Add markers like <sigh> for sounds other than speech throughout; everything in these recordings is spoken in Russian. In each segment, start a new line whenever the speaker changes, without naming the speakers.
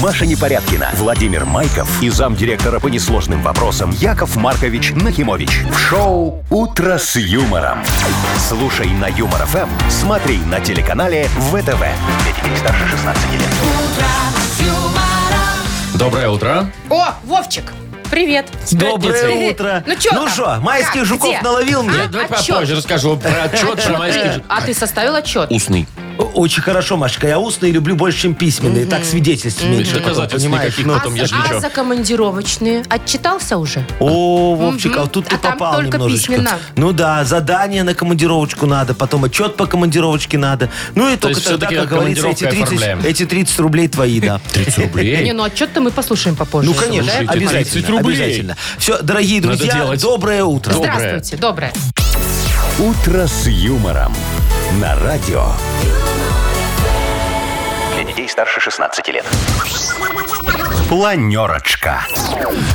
Маша Непорядкина, Владимир Майков и замдиректора по несложным вопросам Яков Маркович Нахимович. В шоу «Утро с юмором». Слушай на Юмор ФМ, смотри на телеканале ВТВ. Для детей старше 16 лет.
Доброе утро.
О, Вовчик, привет.
С пятницей.
Доброе утро.
Ну чё там?
что, майских
Как?
жуков
Где? А?
наловил мне?
Я давай
отчет.
попозже расскажу про отчет шамайских
Э, А ты составил отчет?
Устный.
О- Очень хорошо, Машка. Я устные люблю больше, чем письменные. Так свидетельств меньше. потом,
Доказательств
понимаешь?
никаких
Ну,
потом,
а,
ежели
а
чё.
за командировочные отчитался уже?
О, Вовчик, а
Мгм.
вот тут
А
ты
там
попал
только
немножечко.
письменно.
Ну да, задание на командировочку надо, потом отчет по командировочке надо. Ну и только
есть
тогда,
всё-таки
как говорится, эти
командировкой
30,
оформляем.
эти 30 рублей твои, да.
30
Не,
рублей.
ну отчет-то мы послушаем попозже.
Ну, конечно,
Слушайте,
обязательно.
30 рублей.
Обязательно. Все, дорогие
Надо
друзья,
делать.
доброе утро.
Доброе.
Здравствуйте, доброе.
«Утро с юмором» на радио. Для детей старше 16 лет. Планерочка.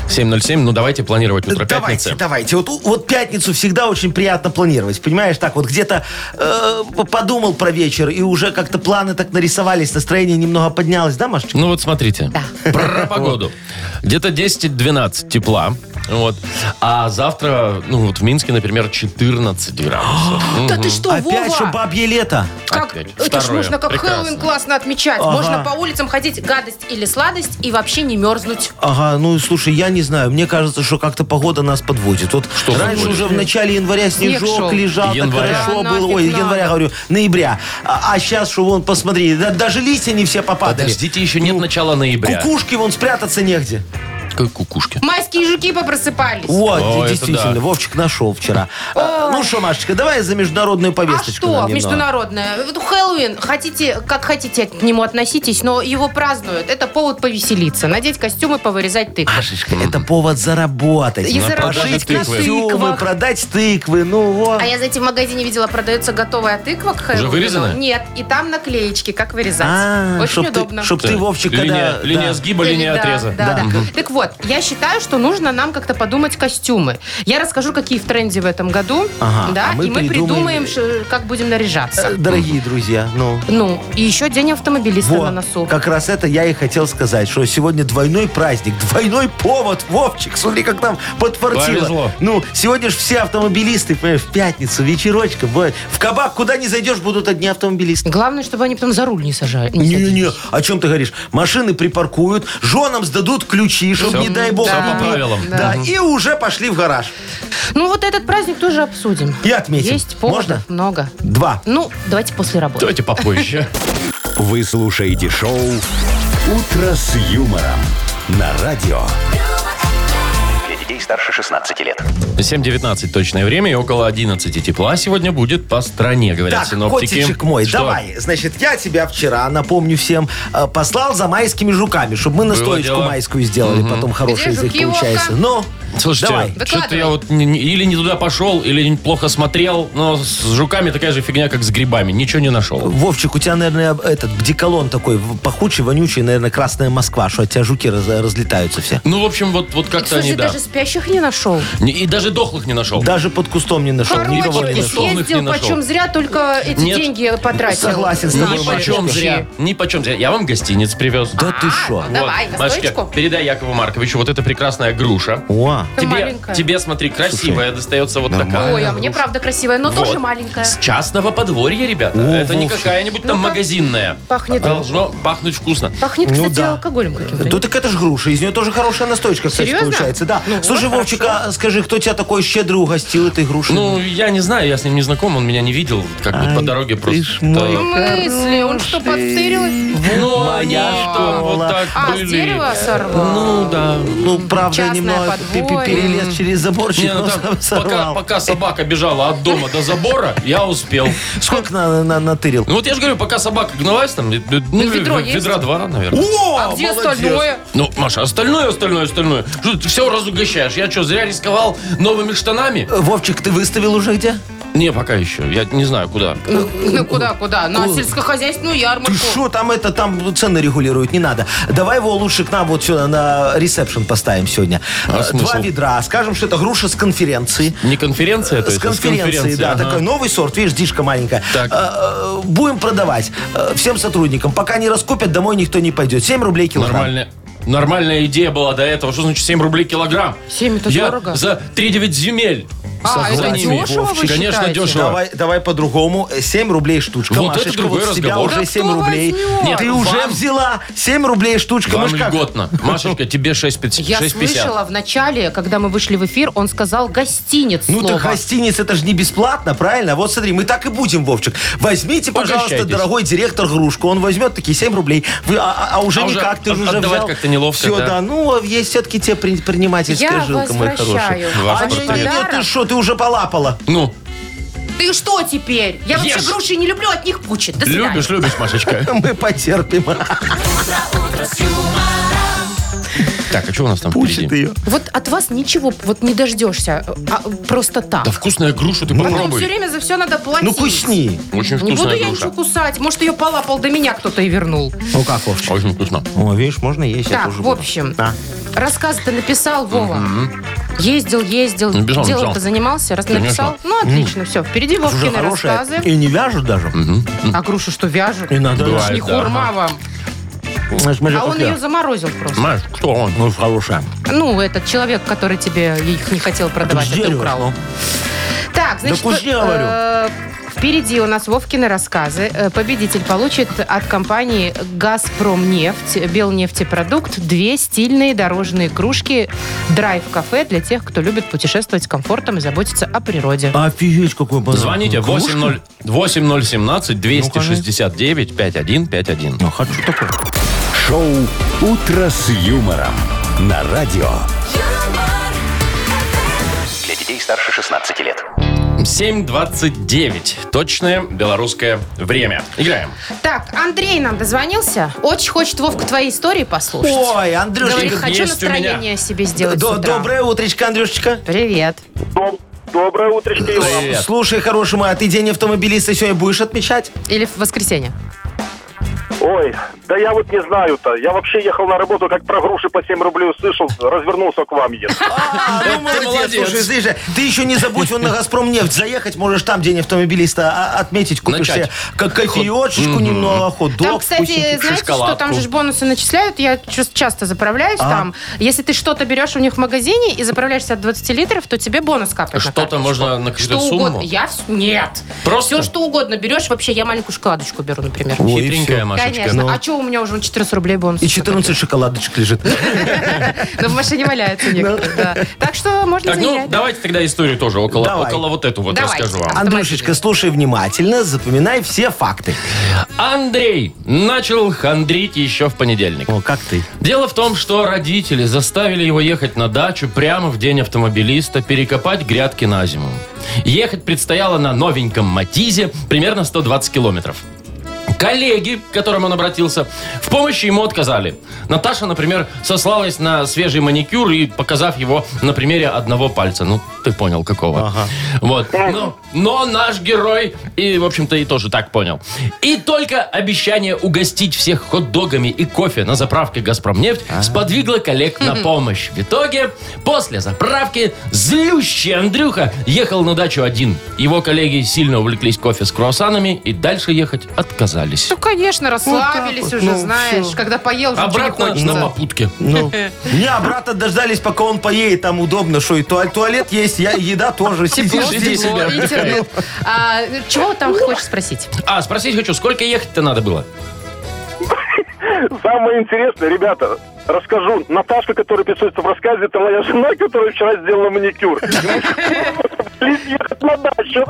7.07, ну давайте планировать утро
Давайте,
пятницы.
давайте. Вот, у- вот пятницу всегда очень приятно планировать, понимаешь? Так вот где-то э, п- подумал про вечер, и уже как-то планы так нарисовались, настроение немного поднялось, да, Машечка?
Ну вот смотрите. Про погоду. Где-то 10-12 тепла. Вот. А завтра, ну вот в Минске, например, 14 градусов.
Да ты что,
Опять же
Ну, Вова?
бабье лето.
Как,
Опять.
это ж
Второе.
нужно как
Прекрасно.
Хэллоуин классно отмечать.
Ага.
Можно по улицам ходить гадость или сладость и вообще не мерзнуть.
Ага, ну слушай, я не знаю, мне кажется, что как-то погода нас подводит. Вот
Что
раньше
подводит?
уже в начале января
Снег
снежок
шел.
лежал,
Января.
так хорошо
Да
было.
нафиг
Ой,
надо.
января говорю, ноября. А, сейчас, что вон, посмотри, да- даже листья не все попадали.
Подождите, еще нет начала ноября.
Кукушки вон спрятаться негде.
Какой кукушки?
Майские жуки попросыпались.
Вот,
О, это
действительно,
да.
Вовчик нашел вчера. А, Ну что, Машечка, давай за международную
А
повесточку.
что
нам немного.
международное? Вот Хэллоуин, хотите, как хотите к нему относитесь, но его празднуют. Это повод повеселиться, надеть костюмы, повырезать тыквы.
Машечка, это повод заработать.
И заработать
Пошить
на
костюмы,
тыквах.
продать тыквы, ну вот.
А я, знаете, в магазине видела, продается готовая тыква к Хэллоуину.
вырезанная?
Нет, и там наклеечки, как вырезать.
А,
Очень
чтоб ты-
удобно.
чтоб ты,
Да.
Вовчик,
Линия,
когда...
линия
да.
сгиба, линия
Да,
отреза.
Да, да.
Мгм.
Так вот, я считаю, что нужно нам как-то подумать костюмы. Я расскажу, какие в тренде в этом году.
Ага,
да,
а мы
и мы
придумаем-
придумаем, ш- как будем наряжаться.
Э, Дорогие друзья, ну...
Ну, и еще день автомобилиста
во,
на носу.
как раз это я и хотел сказать, что сегодня двойной праздник, двойной повод, Вовчик, смотри, как нам подфартило.
Повезло.
Ну, сегодня же все автомобилисты, понимаешь, в пятницу, вечерочка, бывает. в кабак, куда не зайдешь, будут одни автомобилисты.
Главное, чтобы они потом за руль не сажали.
Не-не, о чем ты говоришь? Машины припаркуют, женам сдадут ключи, чтобы,
Всё.
не дай бог,
Всё
не
по
бил.
правилам.
Да, и уже пошли в гараж.
Ну вот этот праздник тоже обсудим.
И отметим.
Есть поводов
Можно?
много.
Два.
Ну, давайте после работы.
Давайте попозже.
Вы слушаете шоу «Утро с юмором» на радио. Для детей старше 16 лет.
7.19 точное время и около 11 тепла сегодня будет по стране, говорят
Так,
синоптики.
котичек мой,
Что?
давай. Значит, я тебя вчера, напомню всем, э, послал за майскими жуками, чтобы мы настоечку
дело.
майскую сделали, потом хорошие из них
жуки,
получается.
Вовка?
Ну,
Слушайте,
давай.
что-то
Выкладывай.
я вот не- не- или не туда пошел, или плохо смотрел, но с жуками такая же фигня, как с грибами. Ничего не нашел.
Вовчик, у тебя, наверное, об- этот деколон такой в- пахучий, вонючий, наверное, красная Москва, что от тебя жуки раз- разлетаются все.
Ну, в общем, вот, вот как-то
Слушай,
они, да.
даже спящих не нашел.
Не- И даже дохлых не нашел.
Даже под кустом не нашел,
Короче,
никого не
ты
нашел.
нашел. Условных не
съездил,
нашел.
почем зря только эти
Нет.
деньги потратил.
Согласен с
Ни
тобой,
Наши.
Машечка.
Ну, почем зря. Ни почем зря. Я вам гостиниц привез.
Да ты шо?
ну, давай,
Вот,
настоечку.
Машечка, передай Якову Марковичу вот эта прекрасная груша.
О,
Это
Тебе,
маленькая.
тебе, смотри, красивая достается вот такая.
Ой, а мне правда красивая, но
Вот.
тоже маленькая.
С частного подворья, ребята.
О,
Это не
Вовчик.
какая-нибудь там
Ну-ка.
магазинная.
Пахнет.
Должно пахнуть вкусно.
Пахнет,
Ну
кстати,
да.
алкоголем каким-то.
Ну так это же груша, из нее тоже хорошая настойка, кстати,
Серьезно?
получается. Да.
Ну,
Слушай,
вот
Вовчик, а скажи, кто тебя такой щедрый угостил этой грушей?
Ну, я не знаю, я с ним не знаком, он меня не видел, как бы
Ай,
по дороге
ты
просто.
ж мой.
В смысле? Он что, подсырил?
Ну,
Моя
они
ж
что, вот
дола.
так
А, с
были.
дерева сорвал?
Ну, да.
Ну, правда,
частное
немного пе- пе-
подворье.
перелез через заборчик,
Не, ну
но
там
сам
пока,
сорвал.
пока собака бежала от дома до забора, я успел.
Сколько на, на- натырил?
Ну вот я же говорю, пока собака гналась там, э, э, ну, ведра
ведро есть?
два, наверное.
О,
А где
молодец.
остальное?
Ну, Маша, остальное, остальное, остальное. Что ты все разугощаешь? Я что, зря рисковал новыми штанами?
Э, Вовчик, ты выставил уже где?
Не, пока еще. Я не знаю, куда.
Ну, ну, <laughs> куда, куда? На сельскохозяйственную
Ты
ярмарку.
что, там это, там цены регулируют, не надо. Давай его лучше к нам вот сюда на ресепшн поставим сегодня.
А
Э,
смысл?
Два ведра, скажем, что это груша с конференции.
Не конференция, то
С
есть? а
конференции, да,
ага.
такой ну, новый сорт, видишь, дишка маленькая.
Так.
Э, э, Будем продавать э, всем сотрудникам. Пока не раскупят, домой никто не пойдет. 7 рублей килограмм.
Нормальная, нормальная идея была до этого. Что значит 7 рублей килограмм?
Семь это
Я
дорого.
за 3-9 земель.
А,
Со
это
знаниями.
дешево вы
Конечно,
считаете?
дешево.
Давай, давай по-другому. 7 рублей штучка.
Вот это
Машечка,
другой
вот с тебя
разговор.
уже
Да
7
кто
рублей.
возьмет?
Нет,
Ты
вам-
уже взяла 7 рублей штучка.
Вам
мы ж как?
льготно. Машечка, тебе 6,
Я
6,50.
слышала в начале, когда мы вышли в эфир, он сказал гостиниц
Ну
слово.
так гостиниц, это же не бесплатно, правильно? Вот смотри, мы так и будем, Вовчик. Возьмите, пожалуйста,
Угощайтесь.
дорогой директор Грушку. Он возьмет такие 7 рублей. Вы- а, а- а уже
А уже
никак, ты
от-
же уже
отдавать
взял.
как-то неловко,
Все,
да.
да. Ну, а есть все-таки те при-
Я
принимательская жилка, мой хороший.
возвращаю
Ваш
А
ваш
портрет.
нет, нет, нет, ты
подарок.
что, ты уже полапала. <laughs>
Ну,
Ты что теперь? Я вообще
Ешь.
груши не люблю, от них пучит. До свидания.
любишь, любишь, Машечка.
<laughs>
Мы потерпим.
Так, а что у нас там
Пучит
впереди?
ее.
Вот от вас ничего вот не дождешься. а, просто так.
Да вкусная груша, ты
Потом все
попробуй.
время за все надо платить.
Ну, кусни.
Очень
Не буду
вкусная
я ничего
груша.
кусать. Может, ее полапал до меня кто-то и вернул.
Ну как, Вовчик?
Очень вкусно.
О, видишь, можно есть. я
Так,
тоже
в
буду.
общем.
А.
Рассказ ты написал, Вова. Ездил, ездил,
Ну, бежал,
делом-то
бежал.
занимался, раз
Конечно.
написал. Ну, отлично, все. Впереди
Уже
Вовкины
хорошая.
рассказы.
И не вяжут даже.
А грушу что, вяжут?
И надо.
Это ж
Бывает,
не
да,
хурма
ага.
вам.
Знаешь, мы же
А он
как
ее
я.
заморозил просто.
Маш, кто он?
Ну, хорошая.
Ну, этот человек, который тебе их не хотел продавать, а ты
дерево.
украл. Так, значит,
вкуснее,
э,
говорю.
впереди у нас Вовкины рассказы. Э, Победитель получит от компании «Газпромнефть» «Белнефтепродукт» две стильные дорожные кружки «Драйв-кафе» для тех, кто любит путешествовать с комфортом и заботиться о природе.
А? Офигеть, какой подарок.
Звоните
Кружка?
8017-269-5151.
Ну, хочу такой.
Шоу «Утро с юмором» на радио.
юмор,
Для детей старше 16 лет.
7.29. Точное белорусское время. Играем.
Так, Андрей нам дозвонился. Очень хочет, Вовка, твои истории послушать.
Ой,
Говорит,
Андрюшечка.
хочу
есть у меня».
настроение себе сделать
до-
с утра».
Доброе утречко, Андрюшечка.
Привет.
Доб- Доброе утречко и вам.
Привет.
Слушай, хороший мой, а ты день автомобилиста сегодня будешь отмечать?
Или в воскресенье.
Ой, да я вот не знаю-то. Я вообще ехал на работу, как про груши по 7 рублей услышал, развернулся к вам еду.
А, ну молодец,
молодец.
слушай, слышишь, ты еще не забудь, вон на Газпром нефть заехать, можешь там день автомобилиста а- отметить, купишь
Начать.
себе как кофеечечку немного, хот-дог.
Там, кстати,
вкусненький.
знаете, что там
шоколадку. А?
же ж бонусы начисляют? Я чу- часто заправляюсь там. Если ты что-то берешь у них в магазине и заправляешься от 20 литров, то тебе бонус капает. на
Что-то
карточку.
можно на какую-то
Что
сумму?
угодно. Я вс- Нет.
Просто?
Все, что угодно берешь. Вообще, я маленькую шоколадочку беру, например.
Ой,
Хитренькая
всё.
Машечка. ну.
Конечно. А что у меня уже 14 рублей бонус?
И 14 шоколадочек лежит.
Ну, в машине
<laughs>
валяется некоторые, да. Так что можно
Так, ну,
заявлять.
давайте тогда историю тоже около,
Давай.
около вот эту вот
Давайте.
расскажу вам.
Андрюшечка, слушай внимательно, запоминай все факты.
Андрей начал хандрить еще в понедельник.
О, как ты?
Дело в том, что родители заставили его ехать на дачу прямо в день автомобилиста, перекопать грядки на зиму. Ехать предстояло на новеньком «Матизе» примерно 120 километров. Коллеги, к которым он обратился, в помощи ему отказали. Наташа, например, сослалась на свежий маникюр и показав его на примере одного пальца. Ну, ты понял, какого. Вот. Но, но наш герой, и, в общем-то, и тоже так понял. И только обещание угостить всех хот-догами и кофе на заправке «Газпромнефть» сподвигло коллег на помощь. В итоге, после заправки, злющий Андрюха ехал на дачу один. Его коллеги сильно увлеклись кофе с круассанами и дальше ехать отказались.
Ну, конечно, расслабились
вот,
уже,
ну,
знаешь.
всё.
Когда поел, уже ничего не
Обратно
хочется.
на попутке.
Ну, не, обратно дождались, пока он поедет, там удобно, что и туалет, туалет есть, я, еда тоже. Сидишь,
Вот,
Сиди
сидишь.
себе, отдыхай.
интернет. А, Чего там хочешь спросить?
А, спросить хочу, сколько ехать-то надо было?
Самое интересное, ребята, расскажу. Наташка, которая пишется в рассказе, это моя жена, которая вчера сделала маникюр. Ехать на дачу.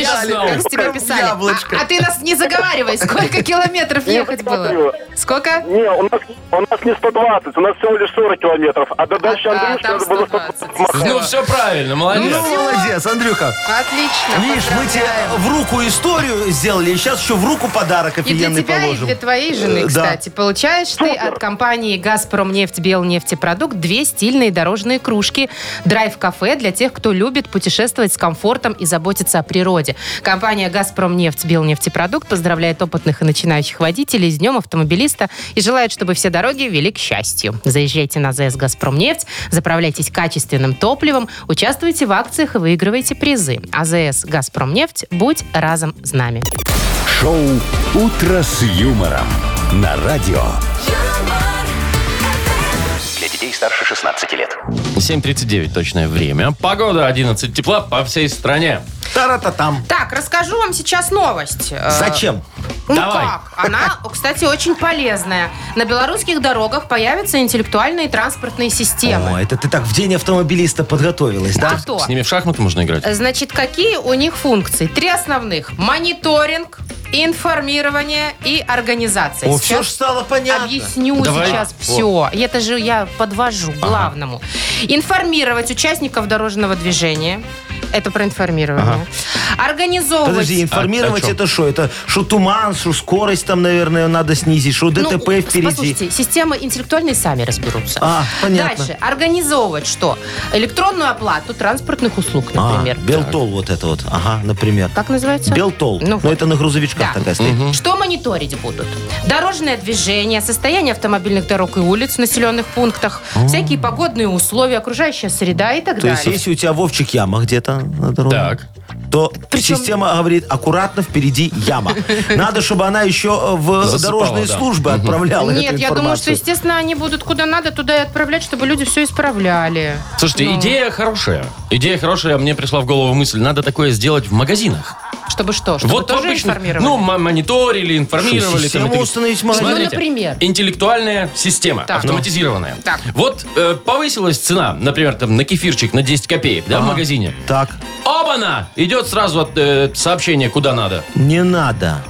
Я знал.
Как с тебя писали.
Яблочко.
А, а ты нас не заговаривай. Сколько километров
Не
ехать было?
заговариваю.
Сколько?
Не, у нас, у нас не 120, у нас всего лишь 40 километров. А до дачи
да,
Андрюшки
там
надо было
120.
120 махать.
Ну, все правильно, молодец.
Ну, молодец, Андрюха.
Отлично.
Видишь, мы тебе в руку историю сделали, и сейчас еще в руку подарок
И для
офигенный
тебя,
положим.
и для твоей
Э,
жены,
да.
кстати. Получаешь ты от компании «Газпромнефть Белнефтепродукт» две стильные дорожные кружки. Драйв-кафе для тех, кто любит путешествовать с комфортом и заботиться о природе. Компания «Газпромнефть Белнефтепродукт» поздравляет опытных и начинающих водителей с Днем Автомобилиста и желает, чтобы все дороги вели к счастью. Заезжайте на ЗС «Газпромнефть», заправляйтесь качественным топливом, участвуйте в акциях и выигрывайте призы. А АЗС «Газпромнефть» будь разом с нами.
Шоу «Утро с юмором» на радио.
юмор,
Для детей старше 16 лет.
7.39 точное время. Погода 11 тепла по всей стране.
Тара-та-там.
Так, расскажу вам сейчас новость. Э,
Зачем?
Ну
Давай.
как? Она, кстати, очень полезная. На белорусских дорогах появятся интеллектуальные транспортные
О,
системы.
это ты так в день автомобилиста подготовилась, да?
А то.
С ними в шахматы можно играть.
Значит, какие у них функции? Три основных. Мониторинг, информирование и организация.
О,
Сейчас
все ж стало понятно.
Объясню
Давай.
сейчас все. Это же я подвожу к главному. Информировать участников дорожного движения. Это про информирование. Организовывать...
Подожди, информировать
А- о чем?
это что? Это что туман, что скорость там, наверное, надо снизить, что
Ну,
ДТП впереди.
Послушайте, системы интеллектуальные сами разберутся.
А, понятно.
Дальше. Организовывать что? Электронную оплату транспортных услуг,
А,
например.
Белтол вот это вот. Ага, например.
Как называется?
Белтол.
Ну
Ну,
вот.
это на грузовичках
Да.
такая стоит.
Что мониторить будут? Дорожное движение, состояние автомобильных дорог и улиц в населенных пунктах, всякие погодные условия, окружающая среда и так
А. То есть,
далее.
если у тебя Вовчик яма где-то на дороге,
Так.
то
Причем-
система говорит, аккуратно впереди
<laughs>
яма. Надо, чтобы она еще в
Засыпала,
дорожные
да.
службы отправляла
Нет,
эту
я думаю, что,
информацию.
естественно, они будут куда надо, туда и отправлять, чтобы люди все исправляли.
Слушайте,
Ну.
идея хорошая. Идея хорошая, мне пришла в голову мысль, надо такое сделать в магазинах.
Чтобы что? Чтобы
вот
тоже
обычно,
информировали?
ну, м- мониторили, информировали.
Систему
там и так-
установить в магазине?
Смотрите,
Ну, например.
Интеллектуальная система,
Так.
автоматизированная.
Так.
Вот э, повысилась цена, например, там на кефирчик на 10 копеек, да, А в магазине.
Так,
Оба-на! Идет сразу от, э, сообщение, куда надо.
не надо.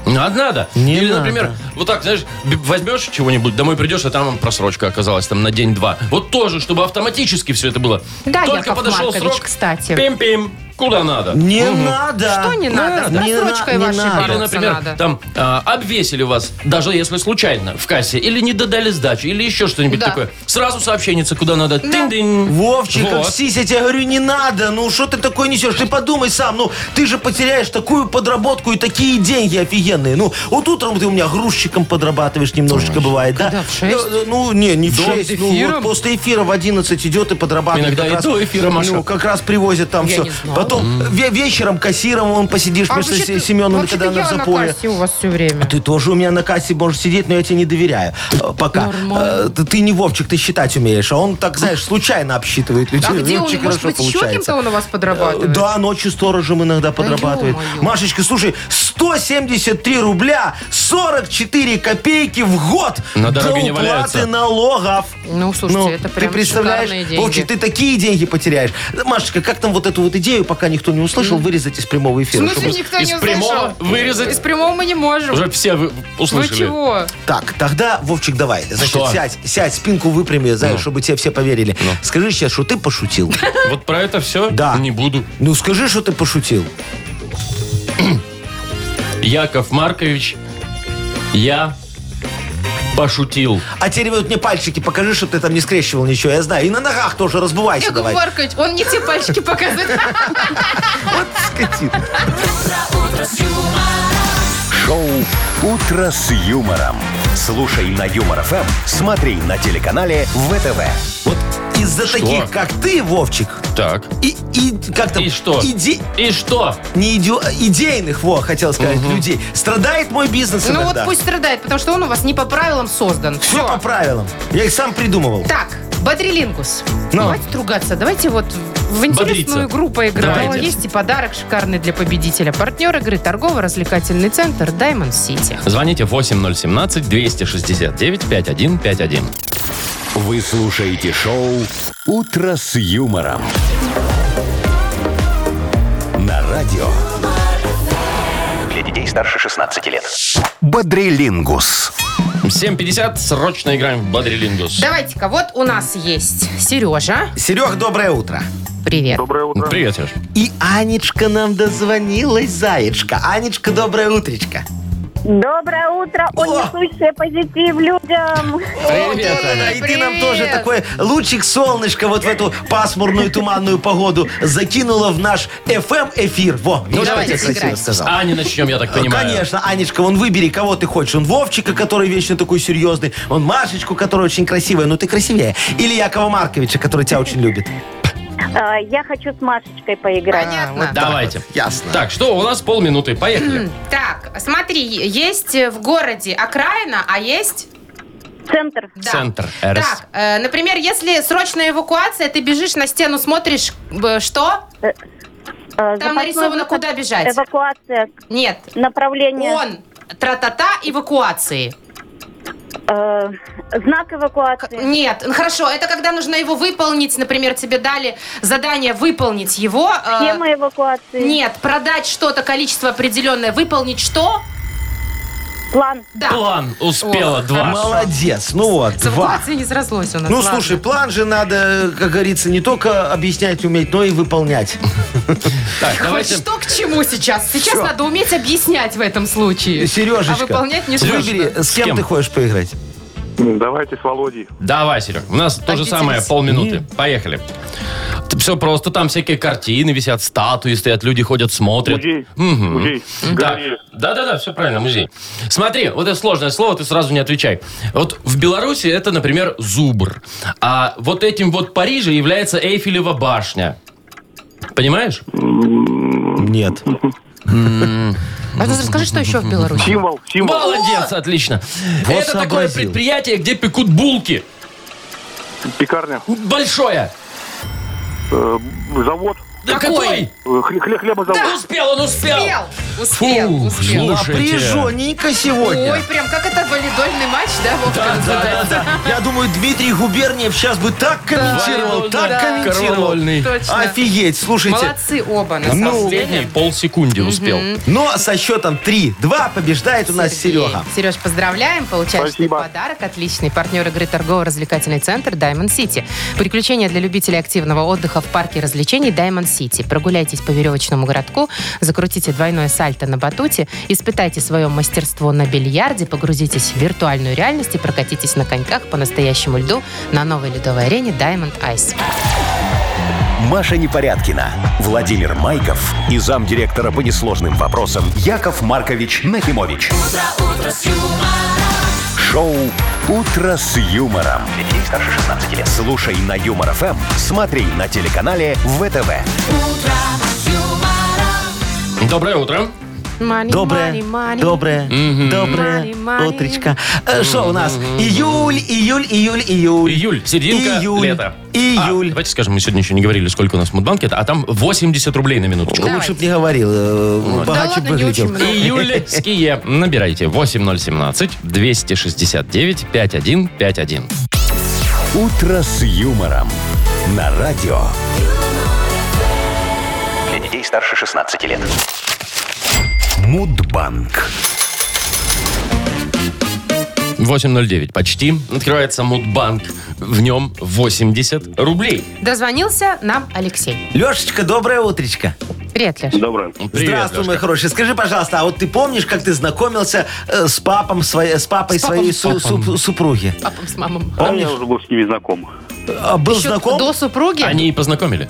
Надо, Ну, надо.
Не
Или,
надо.
например, вот так, знаешь, б- возьмешь чего-нибудь, домой придешь, а там просрочка оказалась там на день-два. Вот тоже, чтобы автоматически все это было.
Да,
Только
Яков
подошел
Маркович,
срок.
кстати.
Пим-пим. Куда надо.
Не надо.
Что не надо? С
Не
просрочкой
на- не
вашей
надо.
Или,
бороться
например,
надо.
там а, обвесили вас, даже если случайно, в кассе, или не додали сдачу, или еще что-нибудь
Да. Ну,
такое. Сразу сообщенница, куда надо. Тынь-дынь.
Вовчик, как
Вот.
сись, я тебе говорю, не надо. Ну, что ты такое несешь? Ты подумай сам. Ну, ты же потеряешь такую подработку и такие деньги офигенные. Ну, вот утром ты у меня грузчиком подрабатываешь немножечко, бывает, да?
Когда, в шесть?
Ну, Ну, не, не в
До
6. Ну,
эфира?
вот после эфира в 11 идет и подрабатывает.
Иногда
Как
и
раз,
до эфира, Маша.
Ну, как раз привозят там
Я
все.
не знала.
Потом ве- вечером кассиром он посидишь
А
вместо
вообще-то-
Се- Семеном,
вообще-то
когда она в
я на
запоре.
кассе у вас все время.
А Ты тоже у меня на кассе можешь сидеть, но я тебе не доверяю э, пока.
Нормально.
Э, Ты, ты не Вовчик, ты считать умеешь, а он так, знаешь, случайно обсчитывает людей.
А где
Ну,
он,
очень
может
хорошо
быть, еще
получается.
кем-то он у вас подрабатывает?
Да, ночью сторожем иногда подрабатывает.
ё-моё.
Машечка, слушай, 173 рубля 44 копейки в год
На дороге не
до уплаты
валяются.
налогов.
Ну, слушайте, это прям
Ты представляешь,
шикарные деньги.
Вовчик, ты такие деньги потеряешь. Машечка, как там вот эту вот идею, пока никто не услышал, вырезать из прямого
В
эфира?
смысле,
чтобы-
никто
из
не
прямого
услышал?
вырезать?
Из прямого мы не можем.
Уже все вы-
Вы
услышали.
чего?
Так, тогда, Вовчик, давай. Значит,
Что?
сядь, сядь, спинку выпрями, знаешь,
Ну.
чтобы тебе все поверили. Скажи сейчас, что ты пошутил.
Вот про это все
Да.
не буду.
Ну, скажи, что ты пошутил.
Яков Маркович, я пошутил.
А теперь вот мне пальчики покажи, что ты там не скрещивал ничего, я знаю. И на ногах тоже разбывайся
Яков
давай.
Маркович, он не
<laughs>
те пальчики показывает.
Вот скотина.
Шоу «Утро с юмором». Слушай на Юмор ФМ, смотри на телеканале ВТВ.
Вот из-за таких, как ты, Вовчик,
Так.
и, и как там...
И что?
иде-
И что?
не идё- идейных, во, хотел сказать, людей. Страдает мой бизнес
Ну вот
иногда.
пусть страдает, потому что он у вас не по правилам создан.
Все по
Все.
правилам. Я их сам придумывал.
Так, Бодрилингус.
Ну.
Давайте ругаться. Давайте вот в
Бодриться.
интересную группу поиграем.
Давайте.
Есть и подарок шикарный для победителя. Партнер игры торгово-развлекательный центр Diamond City.
Звоните 8017-269-5151.
Вы слушаете шоу «Утро с юмором». На радио
старше 16 лет.
Бодрилингус.
7.50, срочно играем в Бадрилингус.
Давайте-ка, вот у нас есть Сережа.
Серег, доброе утро.
Привет.
Доброе утро.
Привет, Сереж.
И Анечка нам дозвонилась, Заечка. Анечка, доброе утречко.
Доброе утро,
О!
Ой, несущая позитив людям.
Привет,
Вот она, и ты нам
Привет.
тоже такой лучик солнышко вот в эту пасмурную туманную погоду закинула в наш FM-эфир. Во, ну что
давайте
я красиво
сыграть.
сказал.
А не начнем, я так понимаю.
Конечно, Анечка, он выбери, кого ты хочешь. Он Вовчика, который вечно такой серьезный. Он Машечку, которая очень красивая, но ты красивее. Или Якова Марковича, который тебя очень любит.
Э, Я хочу с Машечкой поиграть.
Понятно.
Давайте.
Ясно.
Так, что, у нас полминуты, поехали.
Так, смотри, есть в городе окраина, а есть...
Центр. э,
да.
Центр. РС.
Так, э, например, если срочная эвакуация, ты бежишь на стену, смотришь, б- что?
Э,
Там
запасной
нарисовано,
выход,
куда бежать.
Эвакуация.
Нет,
Направление.
он. Тра-та-та эвакуации.
Э, Знак эвакуации.
Нет, ну хорошо, это когда нужно его выполнить, например, тебе дали задание выполнить его. э,
Тема эвакуации.
Нет, продать что-то, количество определенное, выполнить что?
План.
Да.
План успела,
О,
два.
Молодец. Ну вот,
С
два.
эвакуацией не срослось у нас.
Ну,
ладно.
слушай, план же надо, как говорится, не только объяснять уметь, но
<laughs>
и выполнять.
Так,
Вот
давайте.
что к чему сейчас? Сейчас
Всё.
надо уметь объяснять в этом случае.
Сережечка,
А выполнять не
Выбери,
сложно.
с кем
кем?
ты хочешь поиграть?
Давайте с Володей.
Давай, Серег, у нас то же
Победитель.
самое, полминуты. Поехали. Все просто, там всякие картины висят, статуи стоят, люди ходят, смотрят.
Музей.
Мгм.
Музей.
Да,
Галерея.
да, да, все правильно, музей. Смотри, вот это сложное слово, ты сразу не отвечай. Вот в Беларуси это, например, зубр. А вот этим вот Париже является Эйфелева башня. Понимаешь?
Нет.
А ну расскажи, что еще в Беларуси.
Символ. Символ.
Молодец, отлично.
Вот
это такое
сообразил.
предприятие, где пекут булки.
Пекарня.
Большое.
Э, завод.
Да
Какой?
Э, хле- хле- Хлебозавод.
Какой? Успел, он успел.
Успел, успел,
Фу,
успел.
ну,
Напряженненько А сегодня.
Ой, прям как это валидольный матч, да, Вовка,
Да, да, да,
называется?
да.
Я думаю, Дмитрий Губерниев сейчас бы так комментировал,
Вольный,
так
да.
комментировал.
Корвольный.
Точно.
Офигеть, слушайте.
Молодцы оба, на
Ну,
самом
Последний
деле.
полсекунды успел.
Но Ну, а со счетом 3-2 побеждает у нас Серега.
Сереж, поздравляем. Получаешь ты
Спасибо.
подарок. Отличный партнер игры торгово-развлекательный центр Diamond City. Приключения для любителей активного отдыха в парке развлечений Diamond City. Прогуляйтесь по веревочному городку, закрутите двойное сальто на батуте, испытайте свое мастерство на бильярде, погрузитесь в виртуальную реальность и прокатитесь на коньках по настоящему льду на новой ледовой арене Diamond Ice.
Маша Непорядкина, Владимир Майков и замдиректора по несложным вопросам Яков Маркович Нахимович. Шоу Утро с юмором. Для детей старше 16 лет. Слушай на юмор ФМ, смотри на телеканале ВТВ.
Доброе утро.
Money,
Доброе,
money, money.
доброе,
Мани,
доброе
мани.
утречко. Э, Что у нас? Июль, июль, июль, июль.
Июль, серединка
Июль.
лета. А,
Июль.
давайте скажем, мы сегодня еще не говорили, сколько у нас в Мудбанке, а там 80 рублей на минуточку.
Да.
Лучше бы не говорил, э,
А. Да
богаче
ладно,
бы
не очень
выглядел.
много.
Июльские. Набирайте 8017-269-5151.
Утро с юмором. На радио.
Для детей старше 16 лет.
Мудбанк.
8.09 почти. Открывается Мудбанк. В нем 80 рублей.
Дозвонился нам Алексей.
Лешечка, доброе утречко.
Привет, Леш.
Доброе.
Привет,
Здравствуй,
Лёшка.
мой хороший. Скажи, пожалуйста, а вот ты помнишь, как ты знакомился э, с папом своей, с папой
С папом,
своей
с
су-
папом.
суп- супруги?
Папам с мамом.
А я уже был с ними знаком.
А, был
Еще
знаком?
До супруги?
Они и познакомили.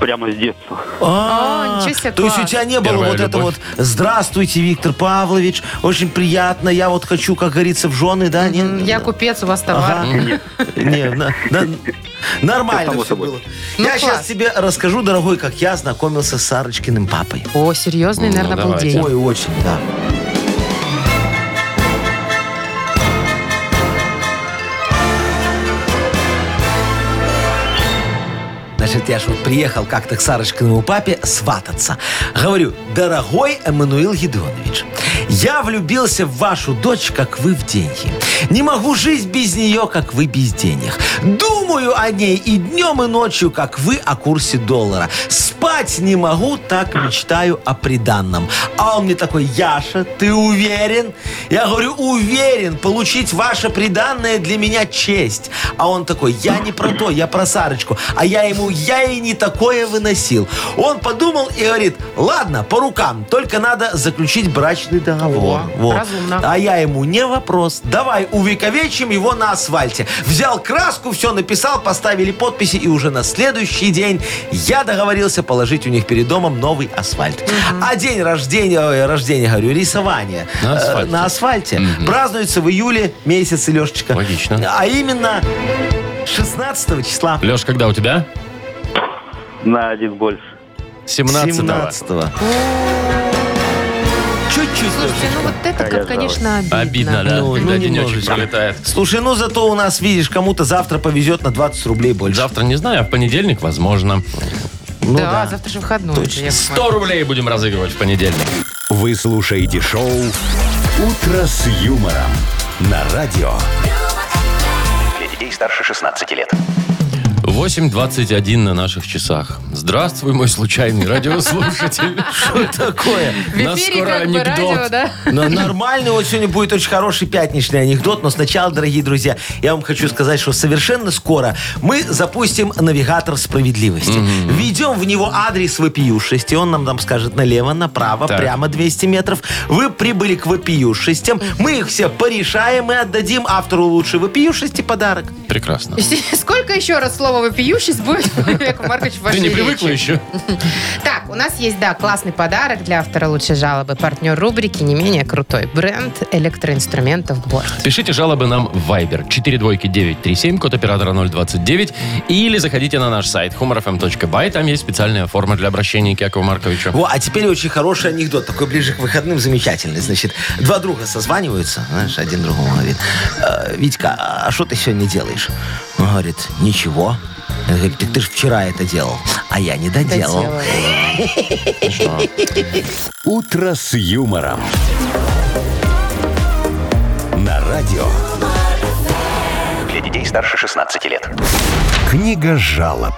Прямо с детства.
А,
А, ничего себе,
То есть у
класс.
тебя не было
Первая
вот это
любовь.
вот «Здравствуйте, Виктор Павлович, очень приятно, я вот хочу, как говорится, в жены, да?» не?
Я купец, у вас товар.
Ага. Не, на- на- нормально
Само
все
собой.
было.
Ну,
Я сейчас
класс.
тебе расскажу, дорогой, как я знакомился с Сарочкиным папой.
О, серьезный,
Ну,
наверное, был
давайте.
день.
Ой, очень, да. Значит, я же вот приехал как-то к Сарочкиному папе свататься. Говорю, дорогой Эммануил Едонович, Я влюбился в вашу дочь, как вы в деньги. Не могу жить без нее, как вы без денег. Думаю о ней и днем, и ночью, как вы о курсе доллара. Спать не могу, так мечтаю о приданном. А он мне такой, Яша, ты уверен? Я говорю, уверен, получить ваше приданное для меня честь. А он такой, я не про то, я про Сарочку. А я ему, я и не такое выносил. Он подумал и говорит, ладно, по рукам, только надо заключить брачный договор.
О, разумно.
А я ему, не вопрос, давай увековечим его на асфальте. Взял краску, все написал, поставили подписи, и уже на следующий день я договорился положить у них перед домом новый асфальт. А день рождения, ой, рождения, говорю, рисование
На
э,
асфальте.
на асфальте празднуется в июле месяце, Лешечка.
Логично.
А именно 16 числа.
Леш, когда у тебя?
На один больше.
17
Чуть-чуть.
Слушайте, ну вот это, как, конечно, обидно.
Обидно, да?
Ну,
когда
ну,
денечек
немножечко.
пролетает.
Слушай, ну зато у нас, видишь, кому-то завтра повезет на 20 рублей больше.
Завтра не знаю, а в понедельник, возможно.
Ну
да,
да.
завтра же выходной. уже, Яков
100 рублей будем разыгрывать в понедельник.
Вы слушаете шоу «Утро с юмором» на радио.
Для детей старше 16 лет.
8.21 на наших часах. Здравствуй, мой случайный радиослушатель.
Что такое?
<laughs> В эфире как бы радио, да?
Ну,
Но нормальный вот сегодня будет очень хороший пятничный анекдот. Но сначала, дорогие друзья, я вам хочу сказать, что совершенно скоро мы запустим навигатор справедливости. Введем в него адрес вопиюшести. Он нам там скажет налево, направо,
Так.
прямо 200 метров. Вы прибыли к вопиюшестям. Мы их все порешаем и отдадим автору лучше вопиюшести подарок.
Прекрасно.
Маркович. Сколько еще раз слово «вопиющесть» будет, <laughs> Яков Маркович, в
Ты
вашей
не привыкла
речи?
еще?
Так, у нас есть, да, классный подарок для автора лучшей жалобы. Партнер рубрики «Не менее крутой» бренд электроинструментов «Борт».
Пишите жалобы нам в Viber 42937, код оператора 029, или заходите на наш сайт humorfm.by, там есть специальная форма для обращения к Якову Марковичу.
Во, а теперь очень хороший анекдот, такой ближе к выходным, замечательный. Значит, два друга созваниваются, знаешь, один другому говорит, «Э, Витька, а что ты сегодня делаешь? Он говорит, ничего. Он говорит, так ты же вчера это делал, а я не доделал.
Доделала.
«Утро с юмором» на радио.
Для детей старше 16 лет.
Книга жалоб.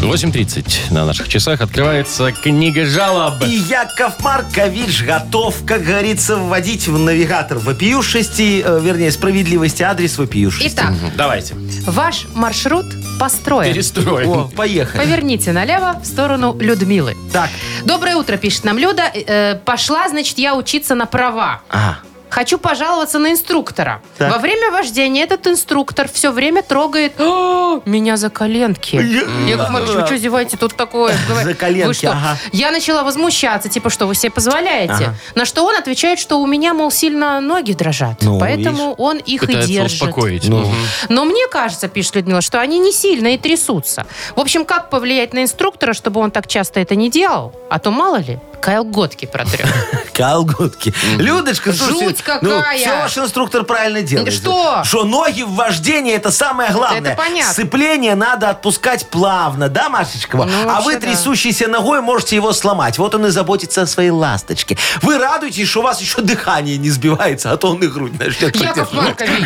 8.30 на наших часах открывается книга жалоб.
И Яков Маркович готов, как говорится, вводить в навигатор вопиюшести, э, вернее, справедливости адрес вопиюшести.
Итак,
Давайте,
ваш маршрут построен.
О,
перестроим.
поехали.
Поверните налево в сторону Людмилы.
Так,
Доброе утро, пишет нам Люда. Э, э, пошла, значит, я учиться на права.
ага.
Хочу пожаловаться на инструктора.
Так.
Во время вождения этот инструктор все время трогает <gasps> «О, меня за коленки. Яков Маркович, вы что зеваете тут такое? Говорит,
<laughs> За коленки,
«Вы что?»
ага.
Я начала возмущаться, типа, что вы себе позволяете.
Ага.
На что он отвечает, что у меня, мол, сильно ноги дрожат.
Ну,
поэтому он их и Ну,
Пытается
держит.
успокоить. Мгм.
Но мне кажется, пишет Людмила, что они не сильно и трясутся. В общем, как повлиять на инструктора, чтобы он так часто это не делал? А то, мало ли, Кайл Готки
<laughs>
протрет.
Колготки. Людочка, слушайте,
Жуть какая.
Ну, все ваш инструктор правильно делает.
что?
Что ноги в вождении, это самое главное.
Это понятно.
Сцепление надо отпускать плавно, да, Машечка?
Ну,
а
вообще
вы
да.
трясущейся ногой можете его сломать. Вот он и заботится о своей ласточке. Вы радуетесь, что у вас еще дыхание не сбивается, а то он и грудь начнет.
Яков
потеть.
Маркович,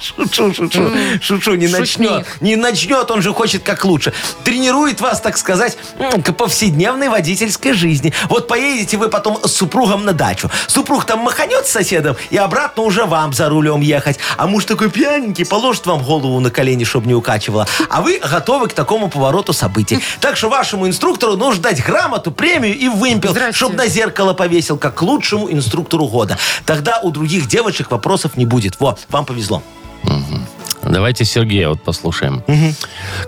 Шучу, шучу, шучу, не
шутник.
начнет. Не начнет, он же хочет как лучше. Тренирует вас, так сказать, м, к повседневной водительской жизни. Вот поедете вы потом с супругом на дачу. Супруг там маханет с соседом, и обратно уже вам за рулем ехать. А муж такой пьяненький, положит вам голову на колени, чтобы не укачивало. А вы готовы к такому повороту событий. Так что вашему инструктору нужно дать грамоту, премию и вымпел,
Здрасте.
чтобы на зеркало повесил, как к лучшему инструктору года. Тогда у других девочек вопросов не будет. Во, вам повезло.
Давайте Сергея вот послушаем.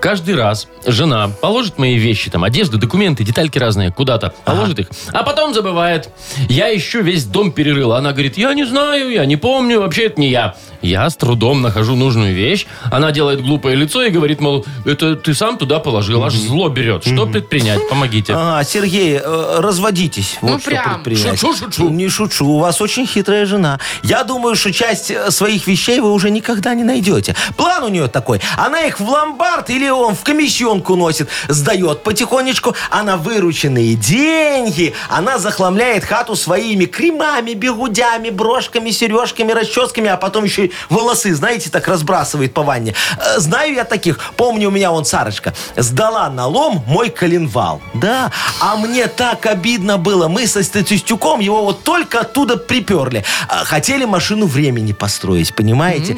Каждый раз жена положит мои вещи, там, одежду, документы, детальки разные куда-то, положит их, а потом забывает. Я еще весь дом перерыла. Она говорит, я не знаю, я не помню, вообще это не я. Я с трудом нахожу нужную вещь. Она делает глупое лицо и говорит, мол, это ты сам туда положил, аж зло берет. Что предпринять? Помогите.
А, Сергей, э, разводитесь.
Ну,
вот что
прям.
предпринять.
Шучу, шучу.
Не шучу. У вас очень хитрая жена. Я думаю, что часть э, своих вещей вы уже никогда не найдете. План у нее такой. Она их в ломбард или он в комиссионку носит, сдает потихонечку, а на вырученные деньги она захламляет хату своими кремами, бегудями, брошками, сережками, расческами, а потом еще и волосы, знаете, так разбрасывает по ванне. Э, Знаю я таких. Помню, у меня вон Сарочка сдала на лом мой коленвал. Да, а мне так обидно было. Мы со Статистюком его вот только оттуда приперли. А, Хотели машину времени построить, понимаете?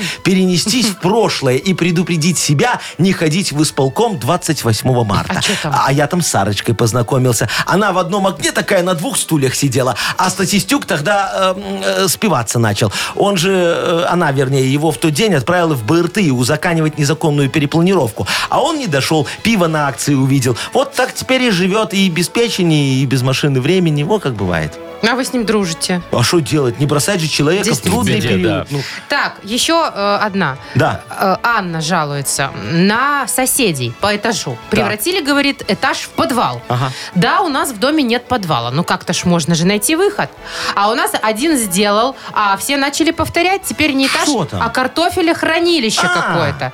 <laughs>
Перенестись в прошлое и предупредить себя не ходить в исполком 28 марта.
А чё там?
А я там с Сарочкой познакомился. Она в одном окне такая на двух стульях сидела, а Статистюк тогда э, м, э, спиваться начал. Он же, э, она, вернее, его в тот день отправила в БРТ и узаканивать незаконную перепланировку. А он не дошел, пиво на акции увидел. Вот так теперь и живет и без печени, и без машины времени. Вот как бывает.
А вы с ним дружите.
А что делать? Не бросать же человека
Здесь
в трудный
беде,
период.
да.
Ну,
Так, еще э, одна.
да.
Э, Анна жалуется на соседей по этажу. Превратили, говорит, этаж в подвал.
Ага.
Да, у нас в доме нет подвала, но как-то ж можно же найти выход. А у нас один сделал, а все начали повторять. Теперь не этаж,
Что там?
а картофеля хранилище
А.
какое-то.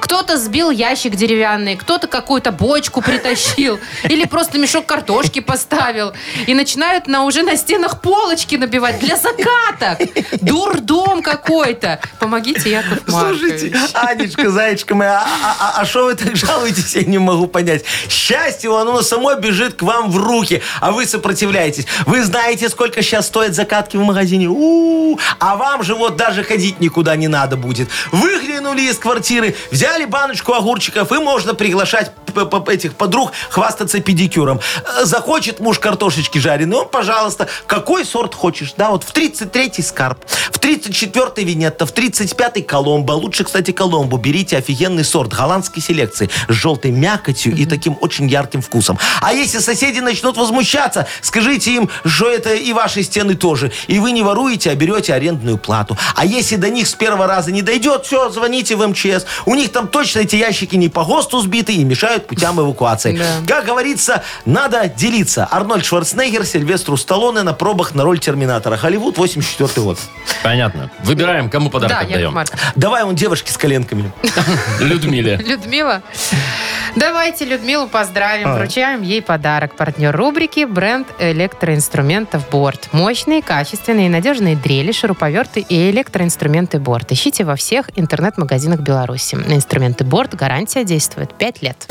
Кто-то сбил ящик деревянный, кто-то какую-то бочку притащил,
<laughs>
или просто мешок картошки поставил. И начинают на уже на стенах полочки набивать для
<laughs>
закаток. Дурдом какой-то. Помогите, Яков
Слушайте, а
Маркович.
Анечка, зайчка моя, а что вы так жалуетесь, я не могу понять. Счастье, оно само бежит к вам в руки, а вы сопротивляетесь. Вы знаете, сколько сейчас стоят закатки в магазине? У-у-у. А вам же вот даже ходить никуда не надо будет. Выглянули из квартиры, взяли баночку огурчиков, и можно приглашать п- п- этих подруг хвастаться педикюром. Э, Захочет муж картошечки жареной, он, пожалуйста, какой сорт хочешь, да, вот в 33-й скарп, в 34-й винетта, в 35-й коломбо, лучше, кстати, коломбу, берите офигенный сорт голландской селекции с желтой мякотью и таким очень ярким вкусом. А если соседи начнут возмущаться, скажите им, что это и ваши стены тоже, и вы не воруете, а берете арендную плату. А если до них с первого раза не дойдет, все, звоните в МЧС, у них там точно эти ящики не по ГОСТу сбиты и мешают путям эвакуации.
Да.
Как говорится, надо делиться. Арнольд Шварценеггер, Сильвестру Сталлоне на пробах на роль Терминатора. Холливуд, 84 год.
Понятно. Выбираем, кому подарок
Да, Яков
отдаем.
Маркович.
Давай он девушке с коленками.
<laughs> Людмиле.
Людмила? Давайте Людмилу поздравим. Вручаем ей подарок. Партнер рубрики бренд электроинструментов Борт. Мощные, качественные и надежные дрели, шуруповерты и электроинструменты Борт. Ищите во всех интернет-магазинах Беларуси. Инструменты Борт. Гарантия действует 5 лет.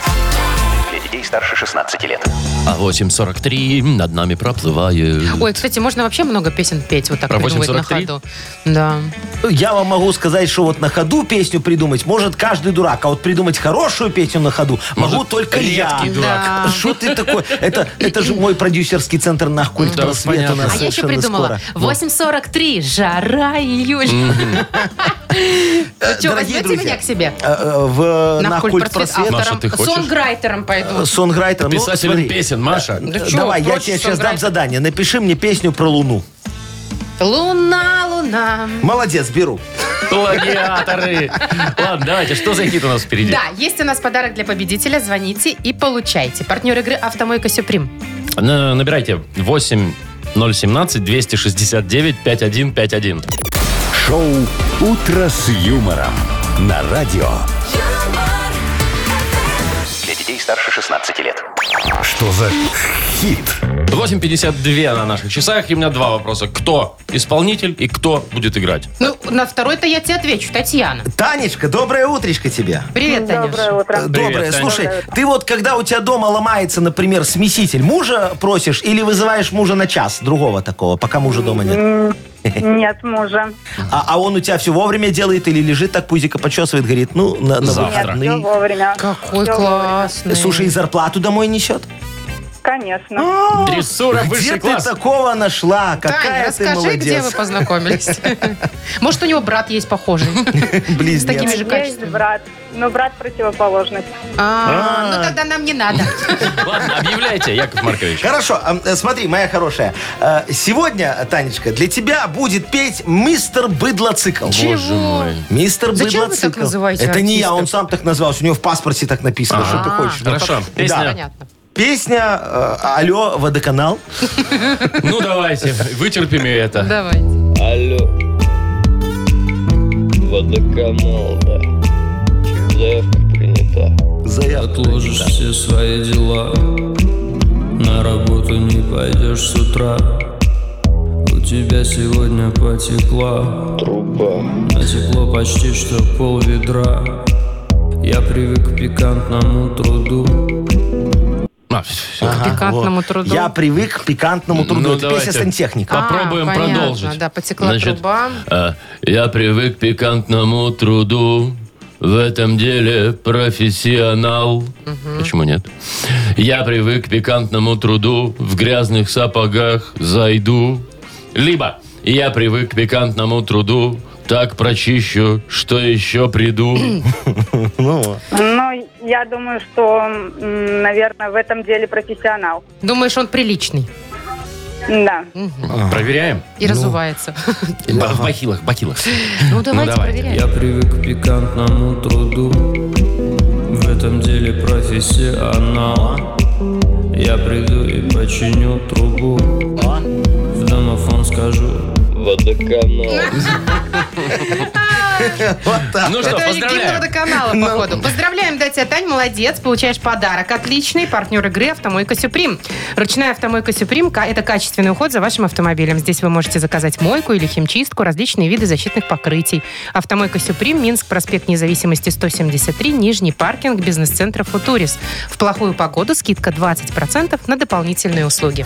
Для детей старше 16 лет.
А 8.43 над нами проплывает.
Ой, кстати, можно вообще много песен петь вот так
Про
придумывать на
8.43?
ходу. Да.
Я вам могу сказать, что вот на ходу песню придумать может каждый дурак, а вот придумать хорошую песню на ходу могу
Может,
только я.
редкий дурак.
Да.
Что ты такой? Это, это же мой продюсерский центр на культ
Да,
просвет у
понятно.
нас
А я еще
совершенно
придумала.
скоро. Ну.
8.43. Жара июль. <laughs> Ну что,
Дорогие
возьмете
друзья,
меня к себе?
Э, э, В на культ
культпросвет
просвет
Маша, ты хочешь?
сонграйтером пойду.
сонграйтер. ну,
А, Писателем
смотри.
песен, Маша.
Да чё,
Давай, я
проще
тебе сейчас дам
сонграйтер.
задание. Напиши мне песню про Луну. Э,
Луна, луна.
Молодец, беру.
Плагиаторы. Ладно, давайте, что за хит у нас впереди?
Да, есть у нас подарок для победителя. Звоните и получайте. Партнер игры «Автомойка Сюприм».
На- Набирайте 8 017 269 5151.
Шоу «Утро с юмором» на радио.
юмор,
Для детей старше 16 лет.
Что за хит?
8.52 на наших часах. И у меня два вопроса. Кто исполнитель и кто будет играть?
Ну, на второй-то я тебе отвечу. Татьяна.
Танечка, доброе утречко тебе.
Привет,
Доброе
Танюша.
утро.
Э, Доброе.
Привет, Тань.
Слушай, ты вот когда у тебя дома ломается, например, смеситель, мужа просишь или вызываешь мужа на час другого такого, пока мужа дома нет?
М, Нет мужа.
А, а он у тебя все вовремя делает или лежит так, пузико почесывает, говорит, ну, на, на
Завтра.
Нет, все
выходные.
вовремя.
Какой
Э,
Всё вовремя.
классный.
Слушай, и зарплату домой несет?
Конечно.
Дрессура
Где
высший
ты
класс.
такого нашла?
Таня,
Какая ты
расскажи,
молодец.
где вы
<laughs>
познакомились. Может, у него брат есть похожий.
Близнец.
С такими же
Есть
качествами.
брат, но брат противоположность.
А, Ну, тогда нам не надо.
Ладно, объявляйте, Яков Маркович.
Хорошо, а, э, смотри, моя хорошая. э, Сегодня, Танечка, для тебя будет петь мистер Быдлоцикл.
Чего?
Мистер
Зачем вы
Быдлоцикл.
так называете
Это не я,
артистов?
он сам так назвался. У него в паспорте так написано, что ты
А,
хочешь.
Хорошо, песня.
Понятно.
Песня э, «Алло, водоканал».
Ну, давайте, вытерпим и это.
Давайте.
Алло. Водоканал, да. Заявка принята.
Заявка.
Отложишь все свои дела На работу не пойдешь с утра У тебя сегодня потекла
Труба.
Натекло почти что пол ведра Я привык к пикантному труду
А, всё.
Ага,
пикантному труду.
Я привык к пикантному труду.
Ну,
Это
давайте.
песня сантехника.
Попробуем
А, понятно,
продолжить.
да, потекла труба.
э, Я привык к пикантному труду. В этом деле профессионал. Почему нет? Я привык к пикантному труду. В грязных сапогах зайду. Либо я привык к пикантному труду. Так прочищу, что еще приду.
Но Ну, я думаю, что, м, наверное, в этом деле профессионал.
Думаешь, он приличный
Да.
Проверяем.
и разувается.
Б- В бахилах, бахилах.
<laughs> Ну, давайте
давайте.
проверяем.
Я привык к пикантному труду В этом деле профессионал Я приду и починю трубу В домофон скажу
Водоканал.
<laughs> Вот так.
Ну что,
Это гимн
поздравляем.
водоканала, походу. Поздравляем, да, тебя, Тань, молодец, получаешь подарок. Отличный партнер игры «Автомойка Сюприм». Ручная «Автомойка Сюприм» – ка- это качественный уход за вашим автомобилем. Здесь вы можете заказать мойку или химчистку, различные виды защитных покрытий. «Автомойка Сюприм», Минск, проспект Независимости, 173, Нижний паркинг, бизнес-центр «Футурис». В плохую погоду скидка 20% на дополнительные услуги.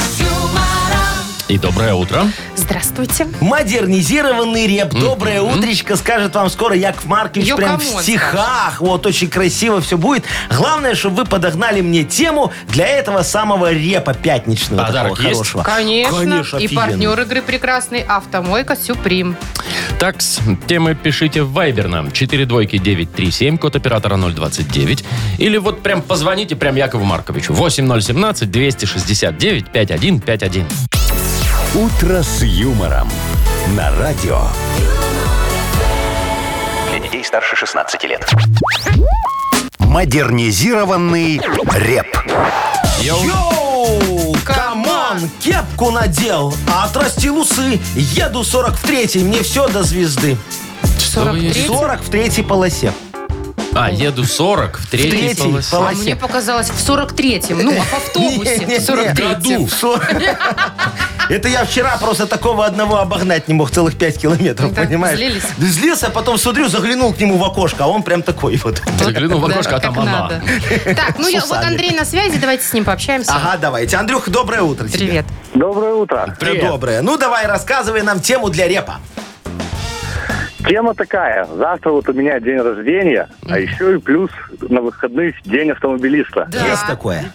И доброе утро.
Здравствуйте.
Модернизированный реп. Доброе утречко, скажет вам скоро Яков Маркович.
Йо,
прям в
камон,
стихах. Вот, очень красиво все будет. Главное, чтобы вы подогнали мне тему для этого самого репа пятничного.
Подарок
такого
есть?
хорошего.
Конечно.
Конечно,
и
офигенно.
партнер игры прекрасный «Автомойка Сюприм».
Такс, темы пишите в Viber нам 42937, код оператора 029. Или вот прям позвоните прям Якову Марковичу 8017-269-5151.
«Утро с юмором» на радио.
Для детей старше 16 лет.
Модернизированный реп.
Йоу.
Йоу! Камон! Кепку надел, а отрастил усы. Еду 43-й, мне все до звезды.
Что вы-
43?
40 в третьей полосе.
А, еду 40 в третьей,
третьей
полосе.
А мне
Спасибо.
показалось в 43-м. Ну, а в
<laughs>
автобусе
Не-не-не.
в 43-м.
Году.
<laughs> Это я вчера просто такого одного обогнать не мог целых 5 километров,
Да,
понимаешь?
злились.
Да Злился, а потом смотрю, заглянул к нему в окошко, а он прям такой вот.
Заглянул в окошко, а
как
там она.
надо. Так, ну
С
я, вот
усами.
Андрей на связи, давайте с ним пообщаемся.
Ага, давайте. Андрюх, доброе утро тебе.
Привет.
Доброе утро.
Привет. Доброе. Ну, давай, рассказывай нам тему для репа.
Тема такая. Завтра вот у меня день рождения, а еще и плюс на выходных день автомобилиста.
Да.
Есть такое?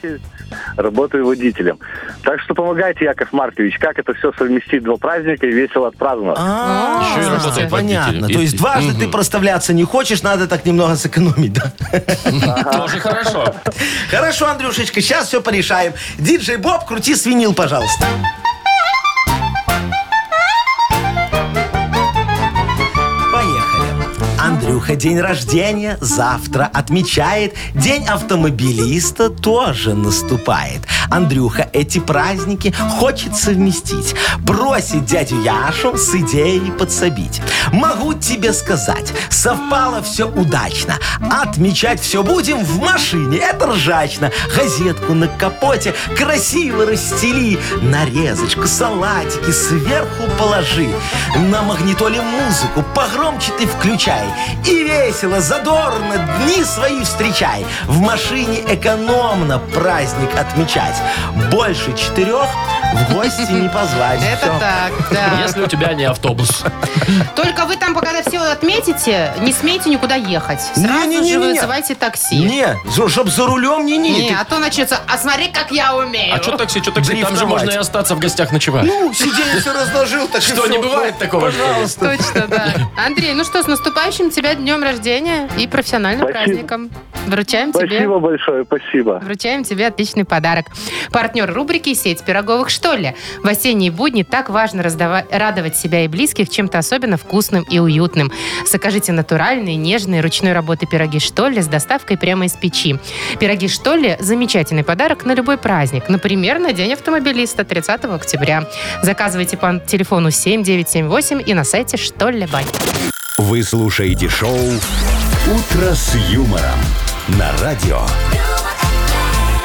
Работаю водителем. Так что помогайте, Яков Маркович, как это все совместить, два праздника и весело отпраздновать.
А,
Еще и
слушайте,
работает водителем.
Понятно.
И-
То есть
и-
дважды ты проставляться не хочешь, надо так немного сэкономить, да?
Тоже хорошо.
Хорошо, Андрюшечка, сейчас все порешаем. Диджей Боб, крути свинил, пожалуйста. Поехали. Андрюха день рождения завтра отмечает. День автомобилиста тоже наступает. Андрюха эти праздники хочет совместить. Бросить дядю Яшу с идеей подсобить. Могу тебе сказать, совпало все удачно. Отмечать все будем в машине, это ржачно. Газетку на капоте красиво расстели. Нарезочку, салатики сверху положи. На магнитоле музыку погромче ты включай. И И весело, задорно дни свои встречай. В машине экономно праздник отмечать. Больше четырех в гости не позвать.
<laughs> Это
Всё.
так, да.
Если у тебя не автобус.
Только вы там, пока все отметите, не смейте никуда ехать. Сразу
Не-не-не-не-не.
же вызывайте такси.
Не, за- чтоб за рулем не
Не,
не.
а
ты-
то начнется, а смотри, как я умею.
А что такси, что такси? Там же
Дрифтовать.
можно и остаться в гостях ночевать.
Ну, сиденье все разложил. так и
Что,
всё.
не бывает такого, что ли?
Пожалуйста.
Точно, да.
<laughs>
Андрей, ну что, с наступающим тебя днем рождения и профессиональным
Спасибо.
праздником. Вручаем тебе...
Спасибо большое, спасибо.
Вручаем тебе отличный подарок. Партнер рубрики «Сеть пироговых, что ли?». В осенние будни так важно раздава- радовать себя и близких чем-то особенно вкусным и уютным. Закажите натуральные, нежные, ручной работы пироги «Что ли?» с доставкой прямо из печи. Пироги «Что ли?» – замечательный подарок на любой праздник. Например, на День автомобилиста 30 октября. Заказывайте по телефону 7978 и на сайте «Что ли?» бай».
Вы слушаете шоу «Утро с юмором» на радио.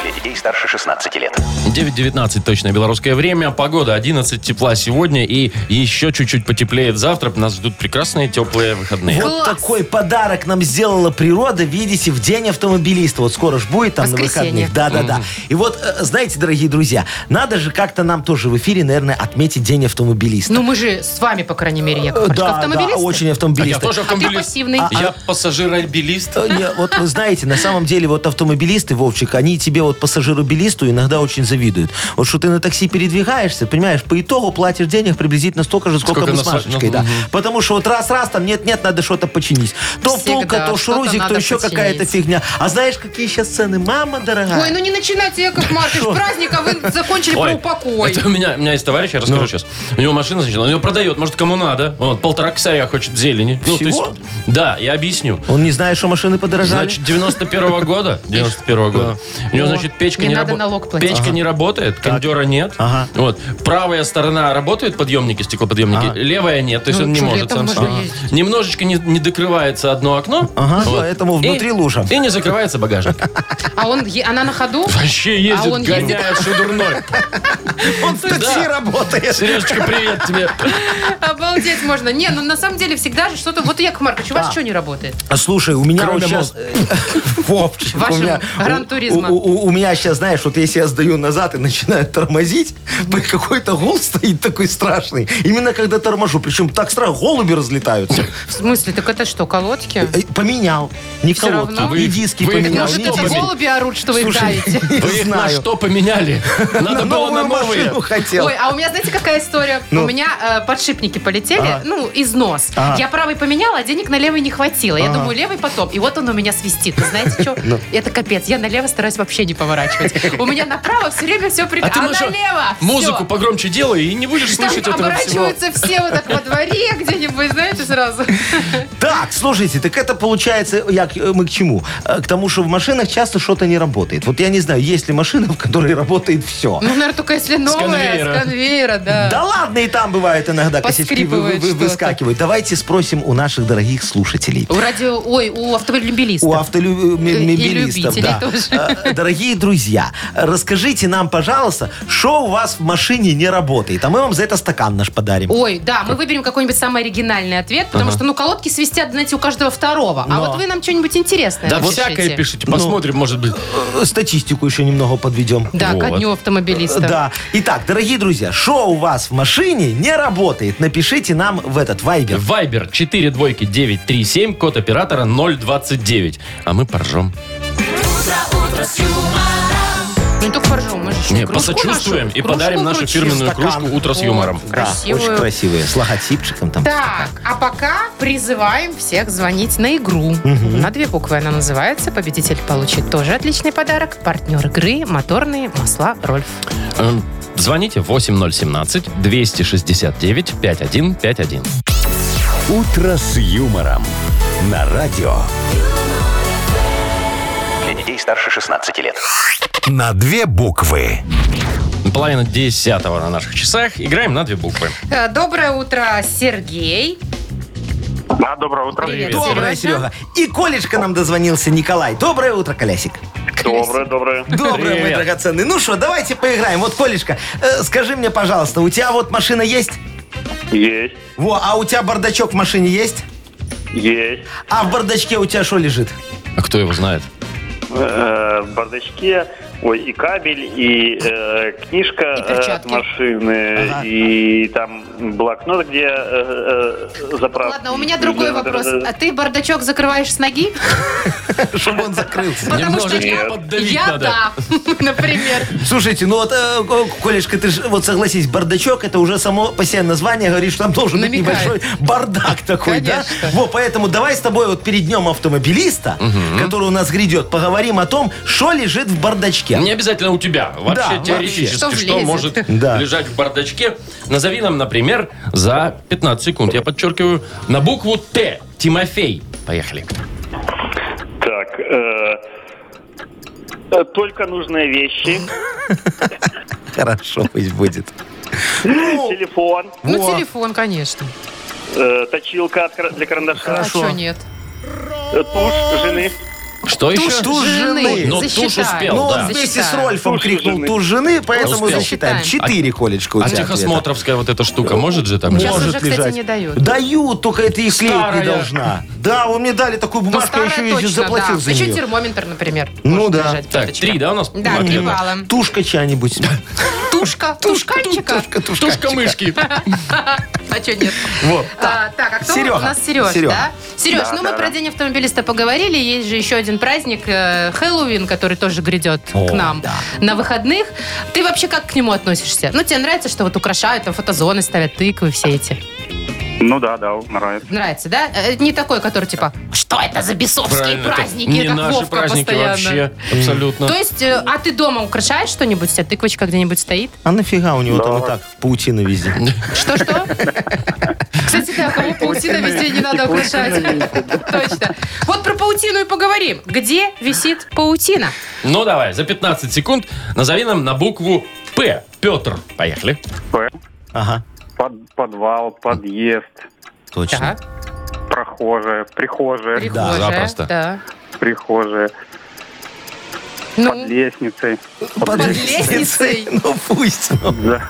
Для детей старше 16 лет.
9.19 точное белорусское время. Погода 11 тепла сегодня и еще чуть-чуть потеплеет завтра. Нас ждут прекрасные теплые выходные.
Вот такой подарок нам сделала природа, видите, в день автомобилиста. Вот скоро ж будет там
Воскресенье.
на выходных. Да, да, да. И вот, э, знаете, дорогие друзья, надо же как-то нам тоже в эфире, наверное, отметить день автомобилиста. Э,
Ну, мы же с вами, по крайней мере, Яков Маркович,
да, да,
автомобилисты.
очень автомобилист.
А я тоже
А ты
автомобилист.
пассивный.
Я пассажиробилист.
Э, не, вот вы знаете, на самом деле вот автомобилисты, Вовчик, они тебе вот пассажиробилисту иногда очень завидуют. Вот что ты на такси передвигаешься, понимаешь, по итогу платишь денег приблизительно столько же, сколько,
Сколько
мы
на
с
са-
Машечкой,
ну,
да.
мгм.
Потому что вот раз-раз там нет-нет, надо что-то починить.
Всегда
То втулка, то
что-то
шрузик, то
надо
еще какая-то
починить.
фигня. А знаешь, какие сейчас цены? Мама дорогая.
Ой, ну не начинайте, Яков Маркович,
Шо?
праздник, а вы закончили
Ой,
про упокой.
это у меня, у меня есть товарищ, я расскажу сейчас. У него машина, значит, он ее продает, может, кому надо. Вот, полтора косаря хочет зелени. Ну, то
Всего?
есть- да, я объясню.
Он не знает, что машины подорожали.
Значит, 91
<laughs>
года, 91 года. У него, значит, печка
Не
не,
надо
рабо-
налог платить.
Печка не работает, кондера нет.
Ага.
Вот. Правая сторона работает, подъемники, стеклоподъемники. Левая нет, то есть
Ну,
он не
чё,
может сам
летом можно
себе.
ездить.
Немножечко не, не докрывается одно окно.
Ага, поэтому внутри
и,
лужа.
И не закрывается
<laughs>
багажник.
А он, е- она на ходу?
Вообще ездит,
А он ездит.
гоняет, что дурной.
<laughs> Он в такси
Да.
работает.
Сережечка, привет тебе.
<laughs> Обалдеть можно. Не, ну на самом деле всегда же что-то... Вот, Яков Маркович, у вас что не работает?
А слушай, у меня
Кроме
вот сейчас... <laughs> Вовчик, у
Вашего
меня... у-
гран-туризма.
У, у- у меня сейчас, знаешь, вот если я сдаю назад и начинаю тормозить, <laughs> какой-то гул стоит такой страшный. Именно когда торможу. Причем так страшно, голуби разлетаются.
В смысле? Так это что, колодки?
Э, Поменял. Не
Всё
колодки,
равно?
и диски
Вы- вы их
поменял.
на
Может,
ни
что
это
диски.
поменяли?
голуби орут, что вы их
Слушай,
давите?
<laughs> не
Вы их на
знаю.
что поменяли? Надо
<laughs> На
было на
новую
новые.
машину хотел.
Ой, а у меня, знаете, какая история?
Ну.
У меня э, подшипники полетели, ну, износ.
Ага.
Я правый поменяла, а денег на левый не хватило. Я думаю, левый потом. И вот он у меня свистит. Вы знаете, что?
Ну.
Это капец. Я налево стараюсь вообще не поворачивать. У меня направо все время все при...
А ты,
А
Маша,
налево всё.
музыку погромче делай и не будешь
Там
слышать этого всего.
оборачиваются все вот так во дворе где-нибудь, знаете, сразу.
Так, слушайте, так это получается, я, к- мы к чему? Э, К тому, что в машинах часто что-то не работает. Вот я не знаю, есть ли машина, <laughs> в которой работает все.
Ну, наверное, только если новая,
конвейера.
с конвейера,
Да
да.
ладно, и там бывает иногда косячки вы- вы-
Поскрипывает
вы-
что-то.
выскакивают. Давайте спросим у наших дорогих слушателей.
У радио, ой, у автомобилиста.
У автолюбилистов,
любителей
да.
тоже.
Э, Дорогие друзья, расскажите нам, пожалуйста, что у вас в машине не работает, а мы вам за это стакан наш подарим.
Ой, да, мы выберем какой-нибудь самый оригинальный ответ, потому что, ну, колодки свистят, знаете, у каждого второго. А
Но.
вот вы нам что-нибудь интересное
Да
напишите.
всякое пишите,
Ну.
посмотрим, может быть.
Э, Статистику еще немного подведем.
Да, ко
Вот.
дню автомобилиста.
Да. Итак, дорогие друзья, что у вас в машине не работает, напишите нам в этот вайбер.
Вайбер 4 двойки 937, код оператора 029. А мы поржем.
Ну, не только поржем, мы же еще
Не,
кружку
посочувствуем
нашу-
и
кружку
подарим нашу
вручим.
фирменную
стакан.
кружку «Утро с юмором».
Да,
красивую.
очень красивые, с логотипчиком там.
Так, а пока призываем всех звонить на игру. На две буквы она называется. Победитель получит тоже отличный подарок. Партнер игры «Моторные масла Рольф».
Эм, Звоните 8017-269-5151.
«Утро с юмором» на радио.
Для детей старше 16 лет.
На две буквы.
Половина десятого на наших часах. Играем на две буквы.
Э, Доброе утро, Сергей.
Да, доброе утро.
Привет,
Доброе,
Сережа.
Серега. И Колечка нам дозвонился, Николай. Доброе утро, Колясик.
Доброе, доброе.
Доброе, мой
Привет.
драгоценный. Ну что, давайте поиграем. Вот, Колечка, э, скажи мне, пожалуйста, у тебя вот машина есть?
Есть.
Во, а у тебя бардачок в машине есть?
Есть.
А в бардачке у тебя что лежит?
А кто его знает?
Э, В бардачке, ой, и кабель, и э, книжка
И
э, от
перчатки.
машины,
Ага.
и там блокнот, где э, э, заправки.
Ладно, у меня другой
Да, да,
вопрос.
да, да.
А ты бардачок закрываешь с ноги?
Чтобы он закрылся.
Потому что
Немножечко
я,
поддавить
я
надо.
да, <laughs> например.
Слушайте, ну вот, э, Ко- Колешка, ты же, вот согласись, бардачок, это уже само по себе название говорит, что там должен быть
Намекает.
небольшой бардак такой, да?
Конечно.
Вот, поэтому давай с тобой вот перед днем автомобилиста, который у нас грядет, поговорим о том, что лежит в бардачке.
Не обязательно у тебя. Вообще
вообще.
теоретически,
Что
что,
влезет.
может
Да.
лежать в бардачке. Назови нам, например, за 15 секунд. Я подчеркиваю, на букву Т. Тимофей. Поехали.
Так, э, э, только нужные вещи,
Хорошо, пусть будет.
телефон,
Во.
Ну, телефон, конечно.
э, точилка от кра- для карандаша,
А
Хорошо.
что нет?
э, тушь жены.
Что
Туш
еще?
Туш жены.
Ну, туш
Засчитаем.
успел,
Ну,
да.
он вместе с
Засчитаем. ну,
Рольфом
Туш
крикнул
жены.
туз жены, поэтому
Успел.
засчитаем.
Засчитаем.
Четыре, Колечка, у
А
тебя ответа.
техосмотровская вот эта штука может же там?
Сейчас
Может.
уже, кстати, не дают.
Дают, только это и клеить
Старая.
не должна. Да, вы мне дали такую
Ну,
бумажку, я
старая
еще и
точно,
заплатил
да.
за
Еще
нее.
термометр, например.
Ну
может
да.
лежать в
Так,
карточке.
три, да, у нас?
Да, три
Маркина?
балла.
Тушка чья-нибудь.
Тушка, тушканчика.
Тушка мышки.
А что нет?
Вот.
А, так, а кто
Серега.
у нас Сереж,
Серега.
да? Сереж, ну мы про День автомобилиста поговорили. Есть же еще один праздник э, Хэллоуин, который тоже грядет
О,
к нам
да.
на выходных. Ты вообще как к нему относишься? Ну, тебе нравится, что вот украшают, там фотозоны ставят, тыквы все эти?
Ну да, да, нравится.
Нравится, да? Э, Не такой, который типа, что это за бесовские
Правильно, это
праздники?
Не
как
наши
Вовка
праздники
постоянно.
вообще. Абсолютно.
То есть, э, а ты дома украшаешь что-нибудь? У тебя тыквочка где-нибудь стоит?
А нафига у него
Да.
там и так паутина везде?
Что-что? Кстати, да, кому паутина везде не надо украшать. Точно. Вот про паутину и поговорим. Где висит паутина?
Ну давай, за 15 секунд назови нам на букву П. Петр. Поехали.
П.
Ага,
Под- подвал, подъезд,
точно.
Так,
прохожая, прихожая,
прихожая.
запросто.
Да.
прихожая, под
Ну,
лестницей.
Под
лестницей.
Ну пусть. ну.
Да.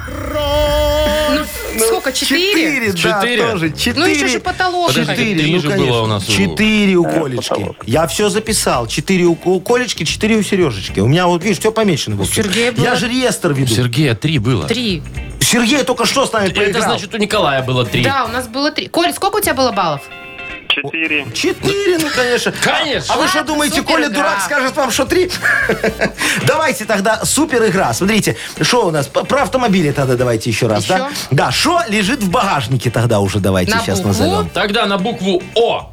ну, сколько, четыре?
Четыре, да,
Четыре?
тоже.
Ну, еще же
Четыре.
потолок.
Подожди,
Подожди.
Три
ну,
же
конечно.
было у нас у-
Четыре у Колечки. Я все записал. Четыре у у Колечки, четыре у Сережечки. У меня вот, видишь, все помечено. было.
Сергея было-
Я же реестр
У
веду.
Сергея три было.
Три.
Сергей только что с нами
Это
проиграл.
значит, у Николая было три.
Да, у нас было три. Коль, сколько у тебя было баллов?
Четыре.
Четыре, ну, конечно.
Конечно.
А вы что думаете,
супер
Коля
игра.
дурак скажет вам, что три? <laughs> Давайте тогда супер игра. Смотрите, что у нас? П- Про автомобили тогда давайте еще раз, да?
Еще?
Да, что лежит в багажнике тогда уже давайте
На
сейчас
букву?
назовем.
Тогда на букву О.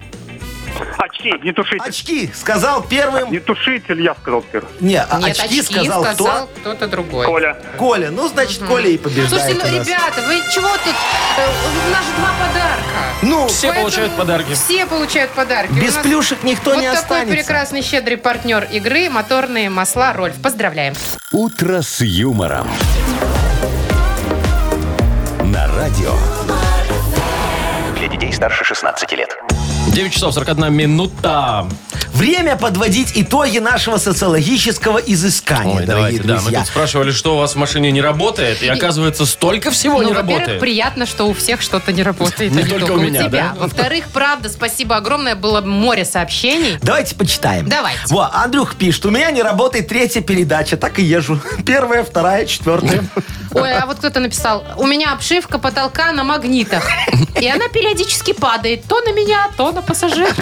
А
Очки, не тушитель.
Очки, сказал первым.
Не тушитель, я сказал первым.
Не, а
Нет,
очки сказал кто?
то другой.
Коля.
Коля. Ну, значит, Коля и побеждает
Слушайте,
у
ну,
нас.
ребята, вы чего тут? Э, У нас же два подарка.
Ну,
Все
Поэтому
получают подарки.
Все получают подарки.
без
У нас
плюшек никто
Вот
не
такой
останется.
прекрасный, щедрый партнер игры «Моторные масла Рольф». Поздравляем.
«Утро с юмором». На радио.
Для детей старше 16 лет.
9 часов 41 минута.
Время подводить итоги нашего социологического изыскания,
Ой,
дорогие
давайте, да. Мы
друзья.
тут спрашивали, что у вас в машине не работает, и оказывается, столько всего не
ну, во-первых,
работает.
приятно, что у всех что-то не работает. а
Не только у меня,
тебя.
да?
Во-вторых, правда, спасибо огромное. Было море сообщений.
Давайте почитаем.
Давайте.
Во, Андрюх пишет, у меня не работает третья передача, так и езжу. <laughs> Первая, вторая, четвертая.
Ой, а вот кто-то написал, у меня обшивка потолка на магнитах. И она периодически падает то на меня, то на пассажиров.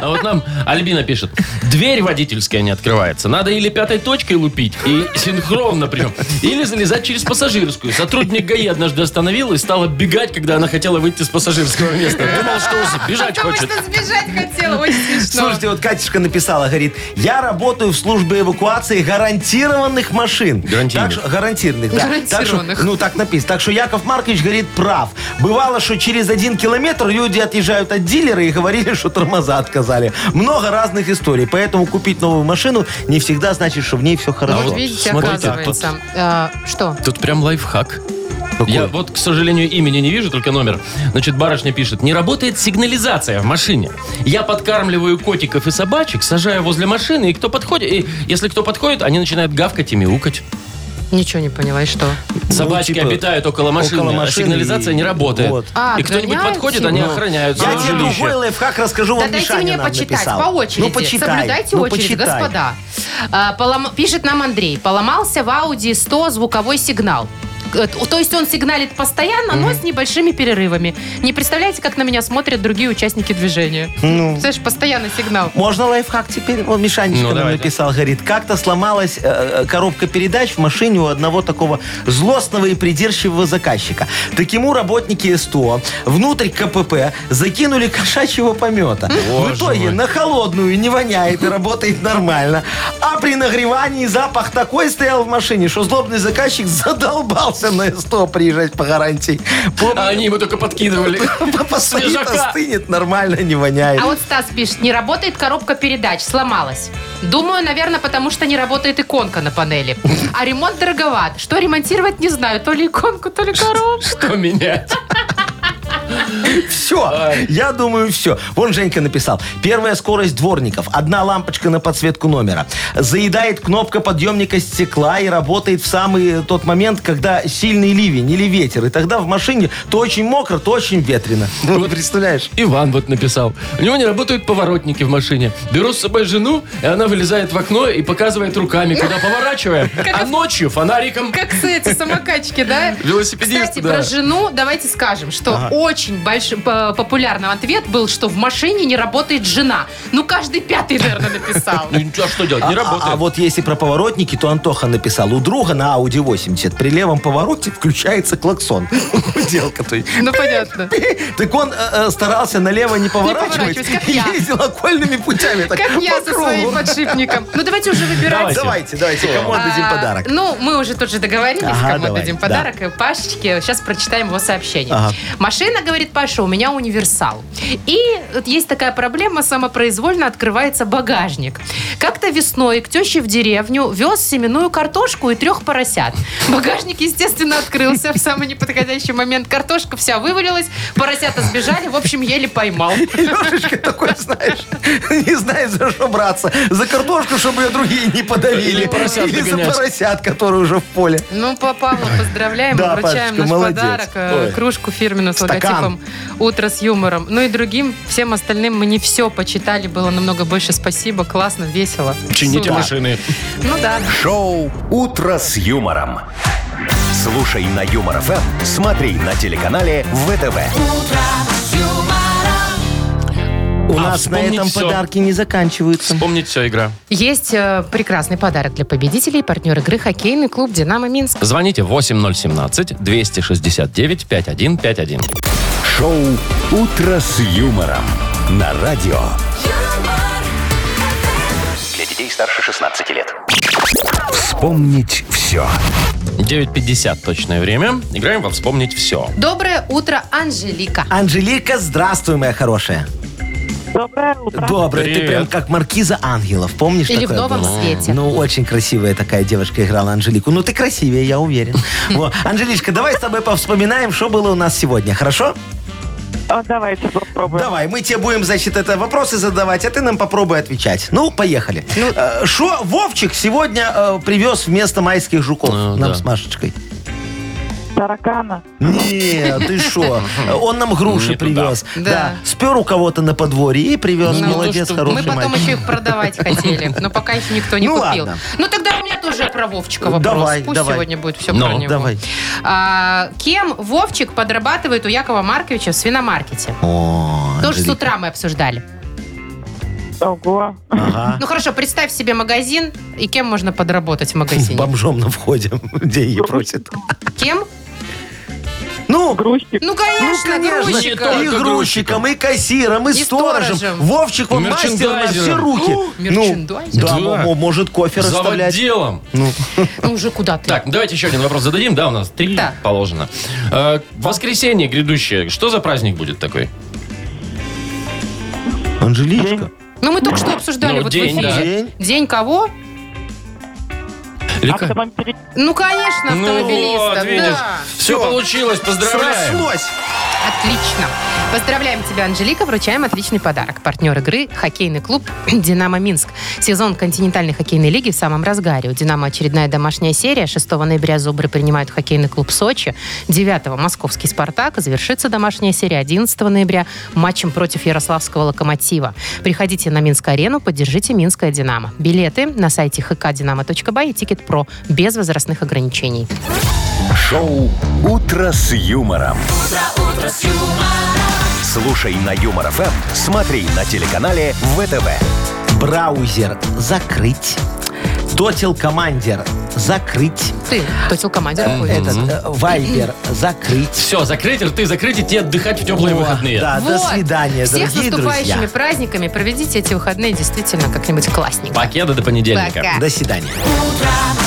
А вот нам Альбина пишет. Дверь водительская не открывается. Надо или пятой точкой лупить, и синхронно прям, или залезать через пассажирскую. Сотрудник ГАИ однажды остановил и стала бегать, когда она хотела выйти с пассажирского места. Думал, что уже бежать
Потому
хочет.
что сбежать хотела, очень смешно.
Слушайте, вот Катюшка написала, говорит, я работаю в службе эвакуации гарантированных машин.
Гарантийных.
Так что- гарантированных, да.
Гарантированных.
Так что- ну, так написано. Так что Яков Маркович говорит, прав. Бывало, что через один километр люди отъезжают от дилера и говорили, что тормоза отказали. Много разных историй. Поэтому купить новую машину не всегда значит, что в ней все хорошо.
Ну, Вот видите,
смотрите,
оказывается. А, Что?
Тут прям лайфхак.
Какой?
Я вот, к сожалению, имени не вижу, только номер. Значит, барышня пишет, не работает сигнализация в машине. Я подкармливаю котиков и собачек, сажаю возле машины, и кто подходит, и если кто подходит, они начинают гавкать и мяукать.
Ничего не поняла, и что?
Собачки
типа,
обитают около машины,
около
а
машины
сигнализация
и-
не работает.
вот.
А,
и кто-нибудь
охраняют
подходит,
его?
они охраняют
Я
свое
тебе
жилище.
другой лайфхак расскажу,
Да
вам
дайте
Мишаня
мне
нам
почитать
написал.
по очереди.
Ну, почитай.
Соблюдайте
ну,
очередь,
почитай.
господа. А, полом- Пишет нам Андрей. Поломался в Audi 100 звуковой сигнал. Э, То есть он сигналит постоянно, но с небольшими перерывами. Не представляете, как на меня смотрят другие участники движения.
Ну.
Слышишь, постоянный сигнал.
Можно лайфхак теперь? Вот Мишанечка
Ну,
нам
давайте.
написал, говорит, как-то сломалась э, э, коробка передач в машине у одного такого злостного и придирчивого заказчика. Так ему работники СТО внутрь КПП закинули кошачьего помета. в
Боже
итоге
мой.
на холодную не воняет и работает нормально. А при нагревании запах такой стоял в машине, что злобный заказчик задолбался на СТО приезжать по гарантии.
А они ему только
<laughs>
подкидывали.
Постоит,
Свежака.
остынет, нормально, не воняет.
А вот Стас пишет, не работает коробка передач, сломалась. Думаю, наверное, потому что не работает иконка на панели. А ремонт дороговат. Что ремонтировать, не знаю. То ли иконку, то ли коробку.
Что менять?
Все, я думаю, все. Вон Женька написал. Первая скорость дворников. Одна лампочка на подсветку номера. Заедает кнопка подъемника стекла и работает в самый э, тот момент, когда сильный ливень или ветер. И тогда в машине то очень мокро, то очень ветрено. <laughs> Ну, представляешь?
Иван вот написал. У него не работают поворотники в машине. Беру с собой жену, и она вылезает в окно и показывает руками,
<laughs>
куда поворачиваем. А ночью фонариком.
Как с эти самокачки, да?
Велосипедисты,
Кстати,
да.
про жену давайте скажем, что очень больш... по- популярным ответ был, что в машине не работает жена. Ну, каждый пятый,
<laughs>
наверное, написал.
Ну, а что делать? Не
А- А, а
работает.
вот если про поворотники, то Антоха написал. У друга на Ауди 80 при левом повороте включается клаксон. <laughs> Делка, то есть.
Ну, понятно.
Так он э, э, старался налево не поворачивать
поворачивать,
<laughs>
как
и
я.
ездил окольными путями. Так,
Как я
по
со
кругу.
своим подшипником. Ну, давайте уже выбирать.
Давайте, давайте, кому отдадим
А,
подарок?
Ну, мы уже тут же договорились,
Ага,
кому
давай,
отдадим
да.
подарок. И Пашечке сейчас прочитаем его сообщение.
Ага.
Машина говорит, Паша, у меня универсал. И вот есть такая проблема, самопроизвольно открывается багажник. Как-то весной к теще в деревню вез семенную картошку и трех поросят. Багажник, естественно, открылся в самый неподходящий момент. Картошка вся вывалилась, поросята сбежали, в общем, еле поймал.
Лешечка такой, знаешь, не знает, за что браться. За картошку, чтобы ее другие не подавили.
Или поросят
Или за
догонять.
поросят, которые уже в поле.
Ну, по-
<laughs>
Павла поздравляем,
Да,
вручаем
Пашечка,
наш
молодец.
подарок, э,
Ой.
кружку фирменную с
Стакан.
логотипом «Утро с юмором». Ну и другим, всем остальным мы не все почитали, было намного больше спасибо, классно, весело.
Чините
Супер.
<laughs>
машины.
Ну да.
Шоу «Утро с юмором». Слушай на Юмор ФМ, смотри на телеканале ВТВ.
У
А
нас на
вспомнить
этом
всё.
подарки не заканчиваются.
Вспомнить все игра.
Есть э, прекрасный подарок для победителей, партнер игры «Хоккейный клуб «Динамо Минск».
Звоните 8017-269-5151.
Шоу «Утро с юмором» на радио.
Для детей старше 16 лет.
Вспомнить все.
9.50 точное время. Играем во «Вспомнить все».
Доброе утро, Анжелика.
Анжелика, здравствуй, моя хорошая.
Доброе утро.
Добрая, ты
Привет.
прям как маркиза ангелов, помнишь?
Или в
такое
новом
было?
свете.
Ну, очень красивая такая девушка играла Анжелику. Ну, ты красивее,
<laughs>
я уверен. Вот. Анжеличка, давай с тобой повспоминаем, что было у нас сегодня, хорошо?
А, давайте попробуем.
Давай, мы тебе будем, значит, это вопросы задавать, а ты нам попробуй отвечать. Ну, поехали. Э, Шо Вовчик сегодня э, привез вместо майских жуков
Ну,
нам
да.
с Машечкой?
Таракана.
Нет, ты шо? Он нам груши
Не туда.
привез.
Да.
Да. Спер у кого-то на подворье и привез.
Ну,
Молодец,
то, что
хороший
Мы потом
мальчик.
еще их
<laughs>
продавать хотели, но пока их никто не
Ну,
купил.
ладно.
Ну тогда у меня тоже про Вовчика вопрос.
Давай,
Пусть
давай.
сегодня будет все
Ну,
про него.
давай.
А, кем Вовчик подрабатывает у Якова Марковича в свиномаркете?
О,
Тоже с
Анжелика.
утра мы обсуждали.
Ого.
Ага.
Ну хорошо, представь себе магазин, и кем можно подработать в магазине?
Бомжом на входе <laughs> деньги просит.
Кем?
Ну,
Грузчик.
Ну конечно,
конечно,
грузчиком.
и
только
грузчиком, и кассиром, и
И
сторожем.
сторожем.
Вовчик, он мастер на все
Мерчендайзером.
руки.
О,
Ну,
мерчендайзер.
да,
Да.
мо- может кофе расставлять.
Заводделом.
Ну уже куда ты?
Так, давайте еще один вопрос зададим. Да, у нас три
Да.
положено. Э, воскресенье грядущее. Что за праздник будет такой?
Анжеличка.
Ну мы только что обсуждали
Ну,
вот
день,
в эфире.
День.
День кого?
Или как?
Автомобиль.
Ну, конечно,
Ну
автомобилиста.
вот, видишь,
да.
все получилось, поздравляем.
Срослось.
А Отлично. Поздравляем тебя, Анжелика. Вручаем отличный подарок. Партнер игры – хоккейный клуб <clears throat> «Динамо Минск». Сезон континентальной хоккейной лиги в самом разгаре. У «Динамо» очередная домашняя серия. 6 ноября «Зубры» принимают хоккейный клуб «Сочи». 9 московский «Спартак». Завершится домашняя серия 11 ноября матчем против Ярославского «Локомотива». Приходите на Минск-арену, поддержите «Минское Динамо». Билеты на сайте hkdinamo.by и «Тикет.Про» без возрастных ограничений.
Шоу «Утро с юмором». Слушай на Юмор ФМ, смотри на телеканале ВТВ.
Браузер закрыть. Дотил командер закрыть.
Ты, Тотил командир. какой.
Этот э, вайбер закрыть.
Все, закрыть рты, закрыть и тебе отдыхать в теплые
О,
выходные.
Да, до
Вот.
свидания,
Всех с
дорогие
наступающими
друзья.
праздниками. Проведите эти выходные действительно как-нибудь классненько.
Пакеты до понедельника.
Пока.
До свидания.
утро